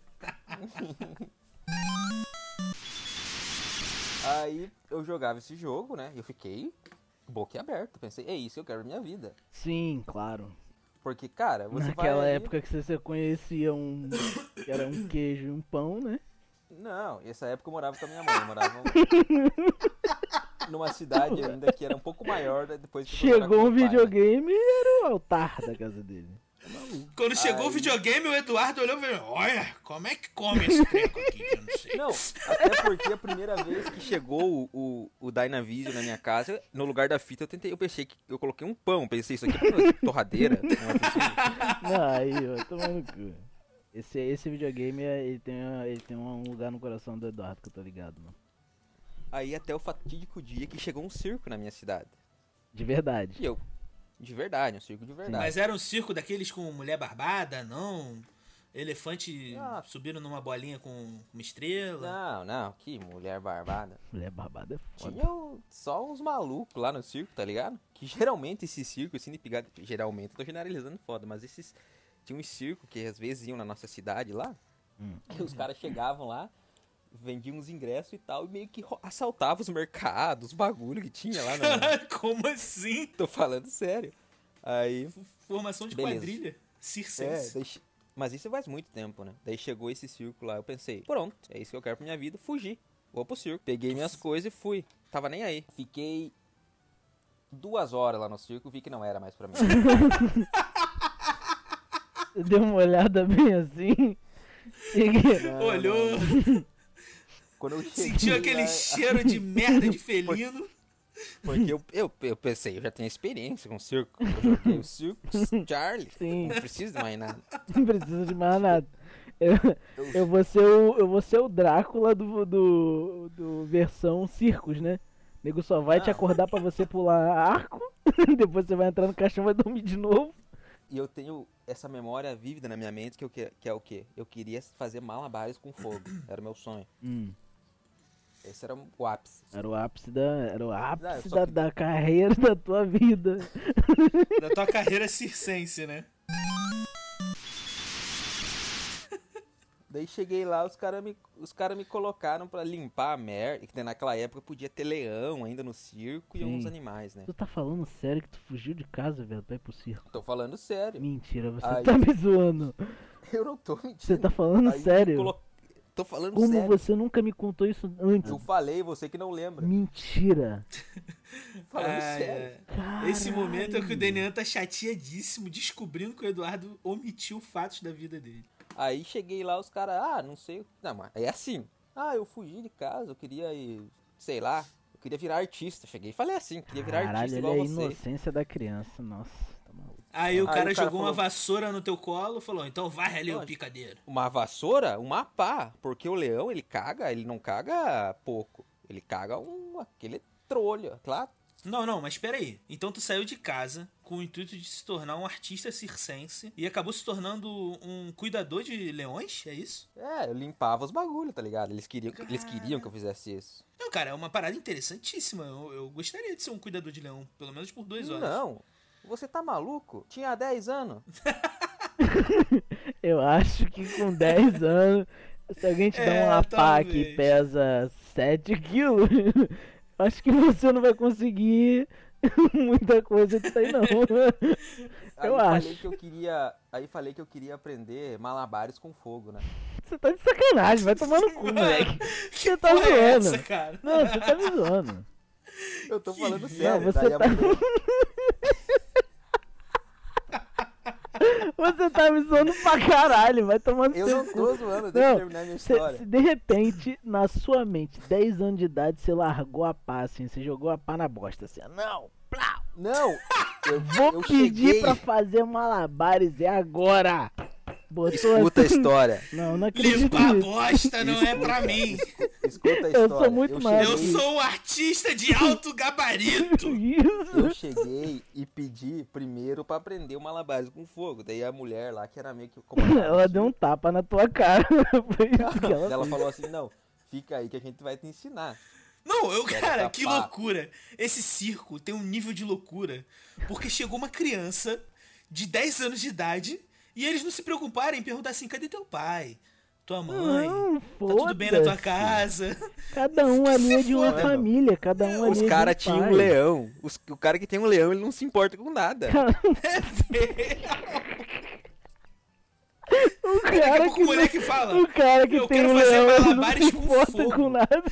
Speaker 2: Aí eu jogava esse jogo, né? E eu fiquei boquiaberto. Pensei, é isso que eu quero na minha vida.
Speaker 1: Sim, claro.
Speaker 2: Porque, cara, você
Speaker 1: Naquela
Speaker 2: vai ali-
Speaker 1: época que você conhecia um. que era um queijo e um pão, né?
Speaker 2: Não, essa época eu morava com a minha mãe. Eu morava numa cidade ainda que era um pouco maior. né, Depois que eu fui morar com
Speaker 1: Chegou um
Speaker 2: meu pai, né?
Speaker 1: videogame e era o altar da casa dele.
Speaker 3: Quando chegou o
Speaker 2: Aí.
Speaker 3: videogame, o Eduardo olhou e falou: Olha, como é que come esse treco aqui? que Eu não sei.
Speaker 2: Não, até porque a primeira vez que chegou o, o, o Dynavision na minha casa, no lugar da fita, eu tentei, eu pensei que eu coloquei um pão, pensei isso aqui é uma torradeira, não é possível.
Speaker 1: Não, aí, ó, tomando cu. Esse, esse videogame, é- ele tem, a- ele tem um lugar no coração do Eduardo, que eu tô ligado, mano.
Speaker 2: Aí até o fatídico dia que chegou um circo na minha cidade.
Speaker 1: De verdade.
Speaker 2: E eu, de verdade, um circo de verdade.
Speaker 3: Mas era um circo daqueles com mulher barbada, não? Elefante
Speaker 2: Ah.
Speaker 3: subindo numa bolinha com uma estrela.
Speaker 2: Não, não, que mulher barbada.
Speaker 1: Mulher barbada é foda.
Speaker 2: Tinha o- só uns malucos lá no circo, tá ligado? Que geralmente esse circo, assim, de pigada- geralmente, eu tô generalizando foda, mas esses. Tinha uns circo que às vezes iam na nossa cidade lá,
Speaker 1: Hum.
Speaker 2: que os caras chegavam lá, vendiam uns ingressos e tal, e meio que ro- assaltavam os mercados, os bagulho que tinha lá na.
Speaker 3: Caralho, como assim?
Speaker 2: tô falando sério. Aí.
Speaker 3: Formação de
Speaker 2: Beleza.
Speaker 3: quadrilha.
Speaker 2: É,
Speaker 3: Circense.
Speaker 2: daí che- mas isso faz muito tempo, né? Daí chegou esse circo lá, eu pensei, pronto, é isso que eu quero pra minha vida, fugi. Vou pro circo. Peguei minhas coisas e fui. Tava nem aí. Fiquei duas horas lá no circo, vi que não era mais pra mim.
Speaker 1: Você deu uma olhada bem assim. Segui.
Speaker 2: Não,
Speaker 3: Olhou,
Speaker 2: Quando eu cheguei
Speaker 3: sentiu aquele
Speaker 2: lá-
Speaker 3: cheiro de merda de felino.
Speaker 2: Porque eu, eu, eu pensei, eu já tenho experiência com circo. Eu joguei o circo, Charlie.
Speaker 1: Sim.
Speaker 2: Não preciso de mais nada.
Speaker 1: Não precisa de mais nada. Eu, eu vou, ser o, eu vou ser o Drácula do, do, do versão circos, né? O nego só
Speaker 2: Ah.
Speaker 1: vai te acordar pra você pular arco, depois você vai entrar no caixão e vai dormir de novo.
Speaker 2: E eu tenho essa memória vívida na minha mente que, eu, que, que é o quê? Eu queria fazer malabares com fogo. Era o meu sonho. Esse era o ápice.
Speaker 1: era o ápice da, era o ápice
Speaker 2: Ah, só
Speaker 1: da,
Speaker 2: que-
Speaker 1: da carreira da tua vida.
Speaker 3: Da tua carreira circense, né?
Speaker 2: Daí cheguei lá, os caras me, os cara me colocaram pra limpar a merda. Que naquela época podia ter leão ainda no circo e
Speaker 1: Sim.
Speaker 2: uns animais, né?
Speaker 1: Tu tá falando sério que tu fugiu de casa, velho, pra ir pro circo?
Speaker 2: Tô falando sério.
Speaker 1: Mentira, você
Speaker 2: Aí-
Speaker 1: tá me zoando.
Speaker 2: Eu não tô mentindo.
Speaker 1: Você tá falando
Speaker 2: Aí me
Speaker 1: sério?
Speaker 2: colo- Tô falando
Speaker 1: Como
Speaker 2: sério.
Speaker 1: você nunca me contou isso antes?
Speaker 2: Eu falei, você que não lembra.
Speaker 1: Mentira.
Speaker 2: Falando
Speaker 3: Ah,
Speaker 2: sério.
Speaker 3: é. Esse momento é que o Denian tá chateadíssimo, descobrindo que o Eduardo omitiu fatos da vida dele.
Speaker 2: Aí cheguei lá, os caras, ah, não sei. Não, mas é assim. Ah, eu fugi de casa, eu queria ir, sei lá, eu queria virar artista. Cheguei e falei assim, queria virar
Speaker 1: Caralho,
Speaker 2: artista
Speaker 1: olha
Speaker 2: igual
Speaker 1: a
Speaker 2: vocês.
Speaker 1: é inocência da criança. Nossa, tá maluco.
Speaker 3: Aí
Speaker 2: É. Aí
Speaker 3: o cara
Speaker 2: o cara
Speaker 3: jogou uma
Speaker 2: falou-
Speaker 3: vassoura no teu colo e falou: então vai ali, ô
Speaker 2: Lógico.
Speaker 3: picadeiro.
Speaker 2: Uma vassoura, uma pá, porque o leão, ele caga, ele não caga pouco. Ele caga um, aquele trolho, claro.
Speaker 3: Não, não, mas peraí. Então tu saiu de casa com o intuito de se tornar um artista circense e acabou se tornando um cuidador de leões? É isso?
Speaker 2: É, eu limpava os bagulho, tá ligado? Eles queriam, eles queriam que eu fizesse isso.
Speaker 3: Não, cara, é uma parada interessantíssima. Eu, eu gostaria de ser um cuidador de leão, pelo menos por duas horas.
Speaker 2: Não, você tá maluco? Tinha 10 anos.
Speaker 1: Eu acho que com 10 anos, se alguém te
Speaker 3: É,
Speaker 1: dá um uma pá
Speaker 3: talvez.
Speaker 1: que pesa 7 quilos, acho que você não vai conseguir muita coisa disso aí, não.
Speaker 2: Aí
Speaker 1: Eu
Speaker 2: falei
Speaker 1: acho.
Speaker 2: que eu queria, aí falei que eu queria aprender malabares com fogo, né?
Speaker 1: Você tá de sacanagem, vai tomar no cu, moleque. Você tá
Speaker 3: Porra, é
Speaker 1: zoando.
Speaker 3: essa, cara?
Speaker 1: Não, você tá me zoando.
Speaker 2: Eu tô
Speaker 3: Que
Speaker 2: falando
Speaker 3: vida.
Speaker 2: sério.
Speaker 1: Não, você
Speaker 2: daí a
Speaker 1: tá-
Speaker 2: mulher-
Speaker 1: Você tá me zoando pra caralho, vai tomar no
Speaker 2: Eu
Speaker 1: seu
Speaker 2: não
Speaker 1: cu.
Speaker 2: tô zoando, deixa eu
Speaker 1: Não,
Speaker 2: terminar minha
Speaker 1: Cê-
Speaker 2: história.
Speaker 1: se de repente, na sua mente, 10 anos de idade, você largou a pá, assim, você jogou a pá na bosta, assim, não, plau,
Speaker 2: Não, eu
Speaker 1: Vou
Speaker 2: eu
Speaker 1: pedir
Speaker 2: cheguei...
Speaker 1: pra fazer malabares é agora. Botou
Speaker 2: Escuta a
Speaker 1: assim-
Speaker 2: história.
Speaker 1: Não, não acredito
Speaker 3: Limpar a
Speaker 1: nisso.
Speaker 3: bosta não é
Speaker 2: Escuta,
Speaker 3: pra mim.
Speaker 2: Escuta a história.
Speaker 1: Eu sou muito mais-
Speaker 3: Eu sou um artista de alto gabarito.
Speaker 1: Isso.
Speaker 2: Eu cheguei e pedi primeiro pra aprender o malabares com fogo. Daí a mulher lá, que era meio que... comandante,
Speaker 1: Ela deu um tapa na tua cara. Foi isso que ela,
Speaker 2: Ela
Speaker 1: fez.
Speaker 2: falou assim, não, fica aí que a gente vai te ensinar.
Speaker 3: Não, eu, cara,
Speaker 2: essa
Speaker 3: que
Speaker 2: pá.
Speaker 3: loucura. Esse circo tem um nível de loucura. Porque chegou uma criança de 10 anos de idade e eles não se preocuparem em perguntar assim: cadê teu pai? Tua mãe?
Speaker 1: Não,
Speaker 3: tá tudo bem na tua
Speaker 1: foda-se.
Speaker 3: casa?
Speaker 1: Cada um
Speaker 3: Que
Speaker 1: é
Speaker 3: se
Speaker 1: linha de uma
Speaker 2: foda.
Speaker 1: família. Cada um é
Speaker 2: Os
Speaker 1: linha
Speaker 2: caras
Speaker 1: de um
Speaker 2: tinham um
Speaker 1: pai.
Speaker 2: leão. Os- o cara que tem um leão, ele não se importa com nada.
Speaker 1: O
Speaker 3: Daqui
Speaker 1: cara
Speaker 3: a É pouco
Speaker 1: que,
Speaker 3: o
Speaker 1: não-
Speaker 3: moleque fala.
Speaker 1: o cara que
Speaker 3: "Eu
Speaker 1: tem
Speaker 3: quero
Speaker 1: um
Speaker 3: fazer
Speaker 1: leão ele
Speaker 3: malabares
Speaker 1: não se
Speaker 3: com
Speaker 1: importa
Speaker 3: fogo."
Speaker 1: com nada.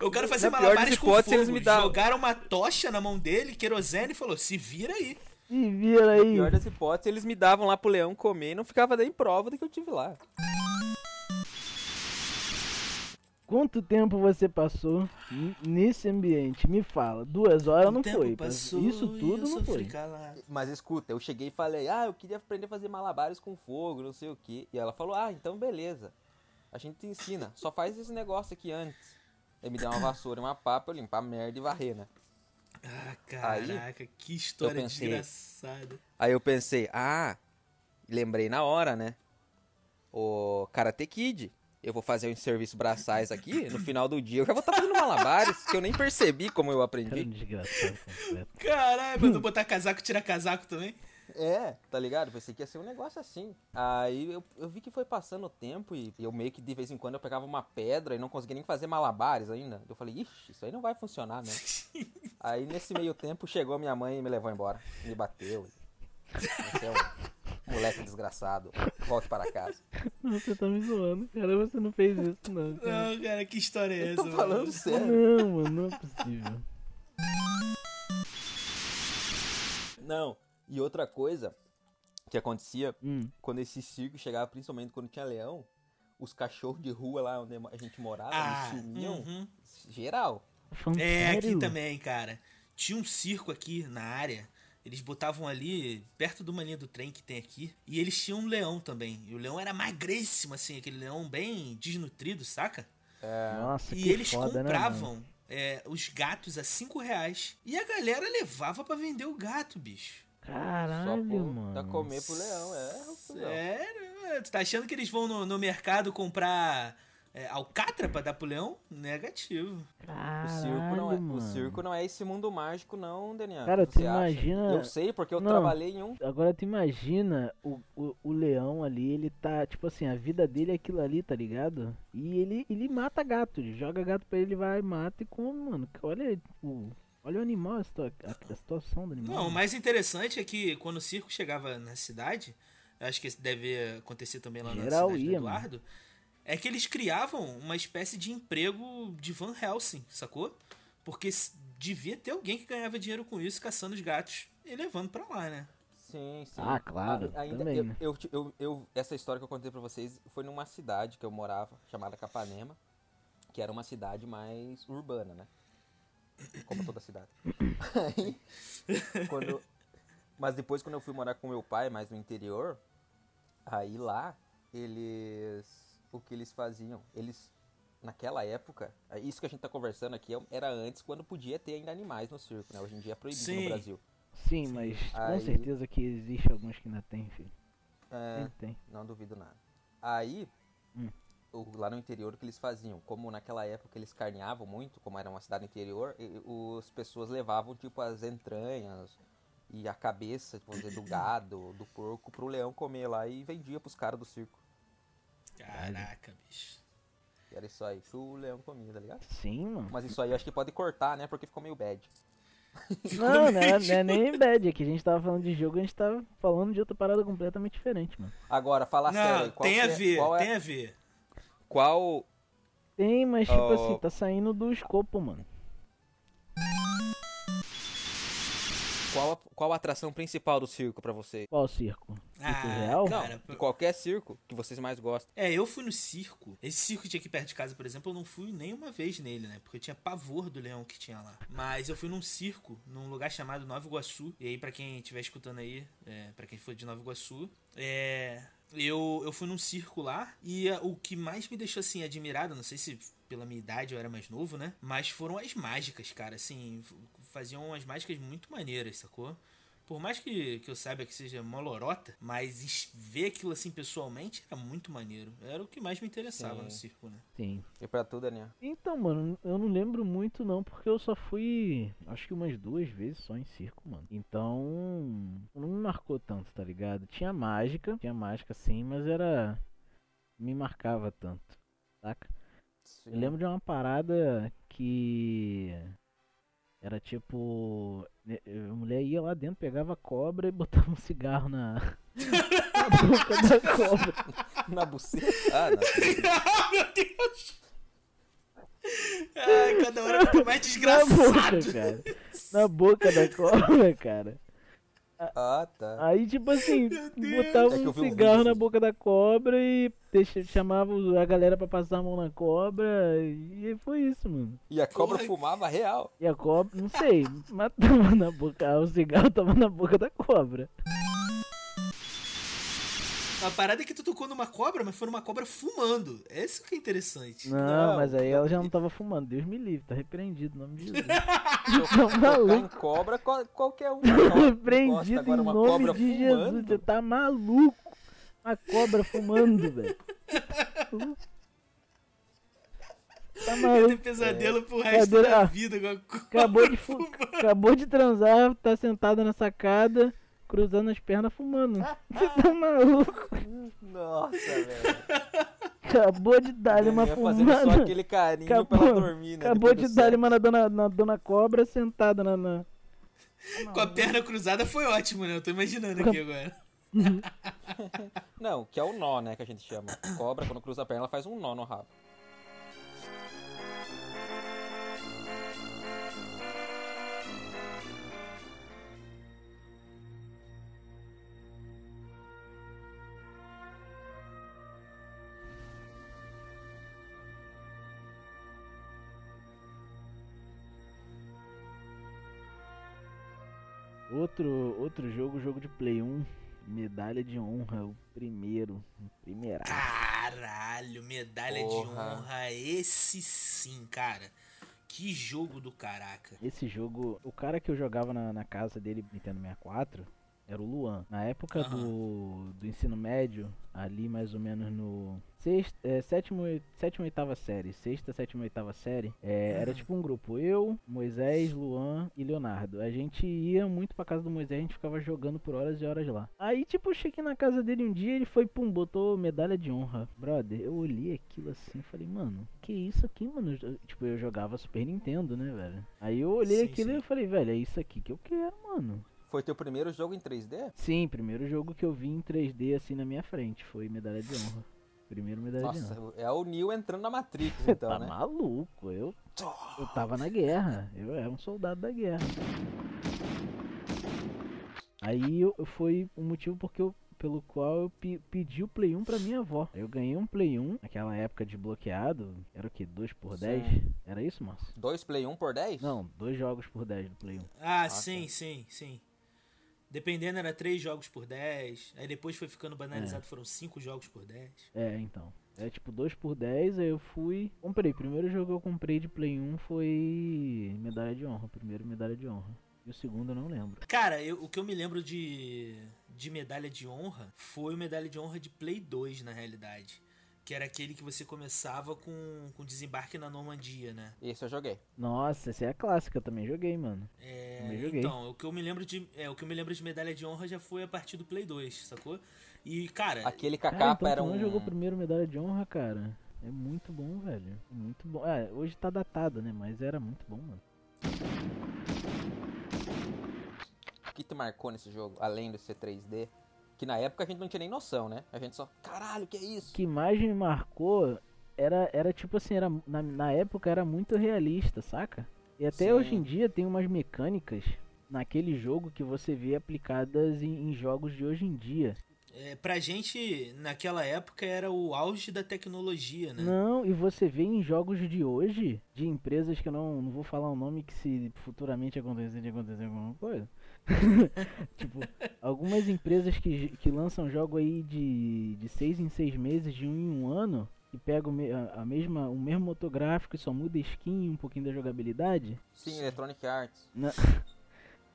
Speaker 3: Eu quero fazer
Speaker 2: Na pior
Speaker 3: malabares
Speaker 2: das
Speaker 3: com
Speaker 2: hipóteses,
Speaker 3: fogo.
Speaker 2: eles me davam.
Speaker 3: Jogaram uma tocha na mão dele, querosene, e falou: se vira aí.
Speaker 1: Se vira aí.
Speaker 2: Pior das hipóteses, eles me davam lá pro leão comer e não ficava nem prova do que eu tive lá.
Speaker 1: Quanto tempo você passou n- nesse ambiente? Me fala. Duas horas não foi. tá? Isso tudo não foi.
Speaker 2: Mas escuta, eu cheguei e falei, ah, eu queria aprender a fazer malabares com fogo, não sei o que. E ela falou, ah, então beleza. A gente te ensina, só faz esse negócio aqui antes. Aí me deu uma vassoura e uma pá pra eu limpar a merda e varrer, né?
Speaker 3: Ah, caraca, que história
Speaker 2: eu pensei.
Speaker 3: desgraçada.
Speaker 2: Aí eu pensei, ah, lembrei na hora, né? O Karate Kid. Eu vou fazer uns serviços braçais aqui, no final do dia eu já vou estar fazendo malabares, que eu nem percebi como eu
Speaker 1: Cara,
Speaker 2: aprendi.
Speaker 1: desgraçado completo.
Speaker 3: Caralho, mandou
Speaker 1: Hum.
Speaker 3: botar casaco, tirar casaco também.
Speaker 2: É, tá ligado? Pensei que ia ser um negócio assim. Aí eu, eu vi que foi passando o tempo e eu meio que de vez em quando eu pegava uma pedra e não conseguia nem fazer malabares ainda. Eu falei, ixi, isso aí não vai funcionar, né? aí nesse meio tempo chegou minha mãe e me levou embora. Me bateu. Você é um moleque desgraçado. Volte para casa.
Speaker 1: Não, Você tá me zoando, cara. Você não fez isso, não. Cara.
Speaker 3: Não, cara, que história é
Speaker 2: Eu
Speaker 3: essa?
Speaker 2: tô
Speaker 3: mano?
Speaker 2: falando sério.
Speaker 1: Não, mano, não é possível.
Speaker 2: Não. E outra coisa que acontecia
Speaker 1: Hum.
Speaker 2: quando esse circo chegava, principalmente quando tinha leão, os cachorros de rua lá onde a gente morava,
Speaker 3: Ah,
Speaker 2: eles sumiam.
Speaker 3: uhum.
Speaker 2: Geral.
Speaker 1: Falando
Speaker 3: É, aqui
Speaker 1: sério?
Speaker 3: também, cara. Tinha um circo aqui na área. Eles botavam ali, perto de uma linha do trem que tem aqui. E eles tinham um leão também. E o leão era magríssimo, assim, aquele leão bem desnutrido, saca?
Speaker 2: É,
Speaker 1: Nossa,
Speaker 3: e
Speaker 1: que
Speaker 3: eles
Speaker 1: foda, Né, mano?
Speaker 3: compravam é, os gatos a 5 reais. E a galera levava pra vender o gato, bicho.
Speaker 1: Caralho,
Speaker 2: Só tá por-
Speaker 1: mano.
Speaker 2: Pra comer pro leão, é. pro leão.
Speaker 3: Sério? é, Tu tá achando que eles vão no, no mercado comprar é, alcatra pra dar pro leão? Negativo.
Speaker 2: O,
Speaker 1: Caralho,
Speaker 2: circo não é,
Speaker 1: mano.
Speaker 2: o circo não é esse mundo mágico, não, Daniel.
Speaker 1: Cara,
Speaker 2: que você
Speaker 1: tu
Speaker 2: acha.
Speaker 1: imagina-
Speaker 2: Eu sei, porque eu
Speaker 1: Não.
Speaker 2: trabalhei em um.
Speaker 1: Agora tu imagina o, o, o leão ali, ele tá, tipo assim, a vida dele é aquilo ali, tá ligado? E ele, ele mata gato, ele joga gato pra ele, vai, mata e come, mano. Olha o, olha o animal, a, situa- a- a situação
Speaker 2: Hum.
Speaker 1: do animal.
Speaker 3: Não, o mais interessante é que quando o circo chegava na cidade, eu acho que isso deve acontecer também lá
Speaker 1: Geral
Speaker 3: na cidade do
Speaker 1: ia, mano.
Speaker 3: Eduardo, é que eles criavam uma espécie de emprego de Van Helsing, sacou? Porque s- devia ter alguém que ganhava dinheiro com isso, caçando os gatos e levando pra lá, né?
Speaker 2: Sim, sim.
Speaker 1: Ah, claro,
Speaker 2: A- ainda
Speaker 1: também,
Speaker 2: eu,
Speaker 1: né?
Speaker 2: eu, eu- eu- essa história que eu contei pra vocês foi numa cidade que eu morava, chamada Capanema, que era uma cidade mais urbana, né? Como toda cidade. Aí, quando- mas depois quando eu fui morar com meu pai, mais no interior, aí lá eles o que eles faziam, eles naquela época, isso que a gente tá conversando aqui era antes quando podia ter ainda animais no circo, né? Hoje em dia é proibido
Speaker 3: Sim.
Speaker 2: no Brasil.
Speaker 1: Sim, mas
Speaker 2: Aí-
Speaker 1: com certeza que existe alguns que ainda tem, filho.
Speaker 2: É,
Speaker 1: Tem, tem.
Speaker 2: Não duvido nada. Aí,
Speaker 1: Hum.
Speaker 2: o- lá no interior, o que eles faziam? Como naquela época eles carneavam muito, como era uma cidade interior, e- e as pessoas levavam, tipo, as entranhas e a cabeça, tipo, dizer, do gado, do porco, pro leão comer lá e vendia pros caras do circo.
Speaker 3: Caraca, bicho.
Speaker 2: E era isso aí, que o leão comia, tá ligado?
Speaker 1: Sim, mano.
Speaker 2: Mas isso aí eu acho que pode cortar, né? Porque ficou meio bad.
Speaker 1: Não, não é, não é nem bad, é que a gente tava falando de jogo, a gente tava falando de outra parada completamente diferente, mano.
Speaker 2: Agora, fala sério.
Speaker 3: Não,
Speaker 2: aí, Qual
Speaker 3: tem a
Speaker 2: que é-
Speaker 3: ver,
Speaker 2: qual é-
Speaker 3: tem a ver.
Speaker 2: qual
Speaker 1: Tem, mas tipo
Speaker 2: Ó.
Speaker 1: assim, tá saindo do escopo, mano.
Speaker 2: qual, qual a atração principal do circo pra você?
Speaker 1: Qual o circo? Circo
Speaker 3: Ah,
Speaker 1: real?
Speaker 3: não.
Speaker 2: Não,
Speaker 3: Cara,
Speaker 2: de qualquer circo que vocês mais gostam.
Speaker 3: É, eu fui no circo. Esse circo de aqui perto de casa, por exemplo, eu não fui nenhuma vez nele, né? Porque eu tinha pavor do leão que tinha lá. Mas eu fui num circo, num lugar chamado Nova Iguaçu. E aí, pra quem estiver escutando aí, é, para quem for de Nova Iguaçu, é. Eu, eu fui num circo lá e é, o que mais me deixou assim admirado, não sei se pela minha idade eu era mais novo, né? Mas foram as mágicas, cara. Assim, f- faziam as mágicas muito maneiras, sacou? Por mais que, que eu saiba que seja molorota, mas es- ver aquilo assim pessoalmente era muito maneiro. Era o que mais me interessava
Speaker 2: Sim.
Speaker 3: no circo, né?
Speaker 1: Sim.
Speaker 2: E pra né? tu, Daniel?
Speaker 1: Então, mano, eu não lembro muito não, porque eu só fui, acho que umas duas vezes só em circo, mano. Então, não me marcou tanto, tá ligado? Tinha mágica, tinha mágica sim, mas era me marcava tanto, saca? Eu
Speaker 2: Sim.
Speaker 1: lembro de uma parada que era tipo. né, A mulher ia lá dentro, pegava a cobra e botava um cigarro na, na boca da cobra.
Speaker 2: Na buceta? Ah, não.
Speaker 3: ah, meu Deus! Ai, cada
Speaker 1: Tá
Speaker 3: hora fica mais
Speaker 1: Na
Speaker 3: desgraçado.
Speaker 1: boca, cara. Na boca da cobra, cara.
Speaker 2: Ah, tá.
Speaker 1: Aí, tipo assim,
Speaker 3: Deus.
Speaker 1: botava
Speaker 2: É que eu
Speaker 1: um
Speaker 2: vi um
Speaker 1: cigarro
Speaker 2: vídeo
Speaker 1: na
Speaker 2: disso.
Speaker 1: boca da cobra e deixa- chamava a galera pra passar a mão na cobra. E foi isso, mano.
Speaker 2: E a cobra
Speaker 3: Porra.
Speaker 2: fumava real.
Speaker 1: E a cobra, não sei, matava na boca, o cigarro tava na boca da cobra.
Speaker 3: A parada é que tu tocou numa cobra, mas foi numa cobra fumando. Esse que é interessante.
Speaker 1: Não,
Speaker 2: Não,
Speaker 1: mas aí
Speaker 2: não,
Speaker 1: ela já
Speaker 2: e-
Speaker 1: não tava fumando. Deus me livre, tá repreendido, em nome de Jesus. tá
Speaker 2: Tocar
Speaker 1: maluco. tá
Speaker 2: em cobra, qual- qualquer um.
Speaker 1: Repreendido
Speaker 2: Encosta agora
Speaker 1: em
Speaker 2: uma
Speaker 1: nome
Speaker 2: cobra
Speaker 1: de Jesus,
Speaker 2: fumando.
Speaker 1: você tá maluco. Uma cobra fumando, velho. Tá
Speaker 3: Eu tenho
Speaker 1: maluco.
Speaker 3: pesadelo pro resto
Speaker 1: Cadê
Speaker 3: da
Speaker 1: a-
Speaker 3: vida com a cobra.
Speaker 1: Acabou de, fu- acabou de transar, tá sentada na sacada, cruzando as pernas fumando. Você
Speaker 2: Ah.
Speaker 1: tá maluco?
Speaker 2: Nossa, velho.
Speaker 1: Acabou de dar-lhe uma
Speaker 2: Ia fazendo
Speaker 1: fumada.
Speaker 2: só aquele carinho pra ela dormir, né?
Speaker 1: acabou de
Speaker 2: depois do
Speaker 1: dar-lhe
Speaker 2: sexo.
Speaker 1: uma na dona, na dona cobra sentada na. na...
Speaker 3: Com
Speaker 1: né?
Speaker 3: a perna cruzada foi ótimo, né? Eu tô imaginando aqui agora.
Speaker 2: Não, que é o nó, né, que a gente chama. Cobra, quando cruza a perna, ela faz um nó no rabo.
Speaker 1: Outro, outro jogo, jogo de Play 1. Medalha de honra, o primeiro. O primeiro.
Speaker 3: Caralho, medalha de
Speaker 2: Porra.
Speaker 3: honra. Esse sim, cara. Que jogo do caraca.
Speaker 1: Esse jogo, o cara que eu jogava na, na casa dele, Nintendo 64, era o Luan. Na época do, do ensino médio, ali mais ou menos no sexta, é, sétimo, e- sétima e oitava série, sexta, sétima e oitava série, é, era
Speaker 3: Aham.
Speaker 1: tipo um grupo, eu, Moisés, Luan e Leonardo. A gente ia muito pra casa do Moisés, a gente ficava jogando por horas e horas lá. Aí, tipo, eu cheguei na casa dele um dia, ele foi, pum, botou medalha de honra. Brother, eu olhei aquilo assim, falei, mano, que isso aqui, mano? Eu- Tipo, eu jogava Super Nintendo, né, velho? Aí eu olhei
Speaker 3: Sim,
Speaker 1: aquilo
Speaker 3: sim.
Speaker 1: e eu falei, velho, é isso aqui que eu quero, mano.
Speaker 2: Foi teu primeiro jogo em 3D?
Speaker 1: Sim, primeiro jogo que eu vi em 3D assim na minha frente foi Medalha de Honra. Primeiro Medalha de
Speaker 2: Nossa,
Speaker 1: Honra.
Speaker 2: é o Neo entrando na Matrix,
Speaker 1: Você
Speaker 2: então,
Speaker 1: tá
Speaker 2: né?
Speaker 1: maluco? Eu, eu tava na guerra. Eu era um soldado da guerra. Aí eu, eu- foi o motivo porque eu, pelo qual eu pe- pedi o Play 1 pra minha avó. Eu ganhei um Play 1, naquela época desbloqueado. Era o que? 2 por
Speaker 2: Sim.
Speaker 1: 10? Era isso, Márcio?
Speaker 2: Dois Play 1 por 10?
Speaker 1: Não, dois jogos por 10 do Play 1.
Speaker 3: Ah,
Speaker 2: Nossa.
Speaker 3: sim, sim, sim. Dependendo, era 3 jogos por 10. Aí depois foi ficando
Speaker 2: É.
Speaker 3: banalizado, foram 5 jogos por 10.
Speaker 1: É, então. É tipo 2 por 10, aí eu fui. Comprei. O primeiro jogo que eu comprei de Play 1 foi Medalha de Honra. o Primeiro Medalha de Honra. E o segundo eu não lembro.
Speaker 3: Cara, eu- o que eu me lembro de, de medalha de honra foi o medalha de honra de Play 2, na realidade. Que era aquele que você começava com, com desembarque na Normandia, né?
Speaker 2: Esse eu joguei.
Speaker 1: Nossa, essa é a clássica, eu também joguei, mano.
Speaker 3: É,
Speaker 1: Também joguei.
Speaker 3: então, o que, eu me lembro de, é, o que eu me lembro de medalha de honra já foi a partir do Play 2, sacou? E, cara,
Speaker 2: Aquele com a
Speaker 1: Cara,
Speaker 2: capa
Speaker 1: então
Speaker 2: era
Speaker 1: tu
Speaker 2: um...
Speaker 1: não jogou o primeiro medalha de honra, cara. É muito bom, velho. Muito bom. É, hoje tá datado, né? Mas era muito bom, mano.
Speaker 2: O que te marcou nesse jogo, além de ser 3D? Que na época a gente não tinha nem noção, né? A gente só, caralho, que é isso?
Speaker 1: O que mais me marcou era, era tipo assim, era, na, na época era muito realista, saca? E até
Speaker 2: Sim.
Speaker 1: hoje em dia tem umas mecânicas naquele jogo que você vê aplicadas em, em jogos de hoje em dia.
Speaker 3: é, pra gente, naquela época, era o auge da tecnologia, né?
Speaker 1: Não, e você vê em jogos de hoje, de empresas que eu não, não vou falar o nome, que se futuramente acontecer, acontecer alguma coisa. tipo, algumas empresas que, que lançam jogo aí de, de seis em seis meses, de um em um ano, e pegam me- a, a mesma, o mesmo motográfico e só muda skin e um pouquinho da jogabilidade.
Speaker 2: Sim, Electronic Arts.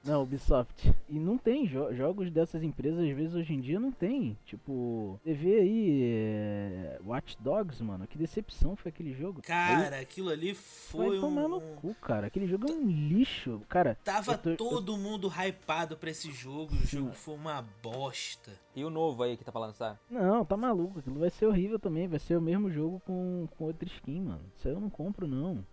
Speaker 1: Não, Ubisoft. E não tem jo- jogos dessas empresas, às vezes hoje em dia não tem. Tipo, você vê aí é, Watch Dogs, mano, que decepção foi aquele jogo.
Speaker 3: Cara, aquilo ali
Speaker 1: Vai
Speaker 3: foi
Speaker 1: tomar
Speaker 3: um-
Speaker 1: no
Speaker 3: um,
Speaker 1: cu, cara. Aquele jogo é um lixo. Cara,
Speaker 3: Tava
Speaker 1: Eu tô- eu-
Speaker 3: todo mundo hypado pra esse jogo, o jogo foi uma bosta.
Speaker 2: E o novo aí que tá falando, sabe?
Speaker 1: não, tá maluco. Aquilo vai ser horrível também. Vai ser o mesmo jogo com, com outra skin, mano. Isso aí eu não compro, não.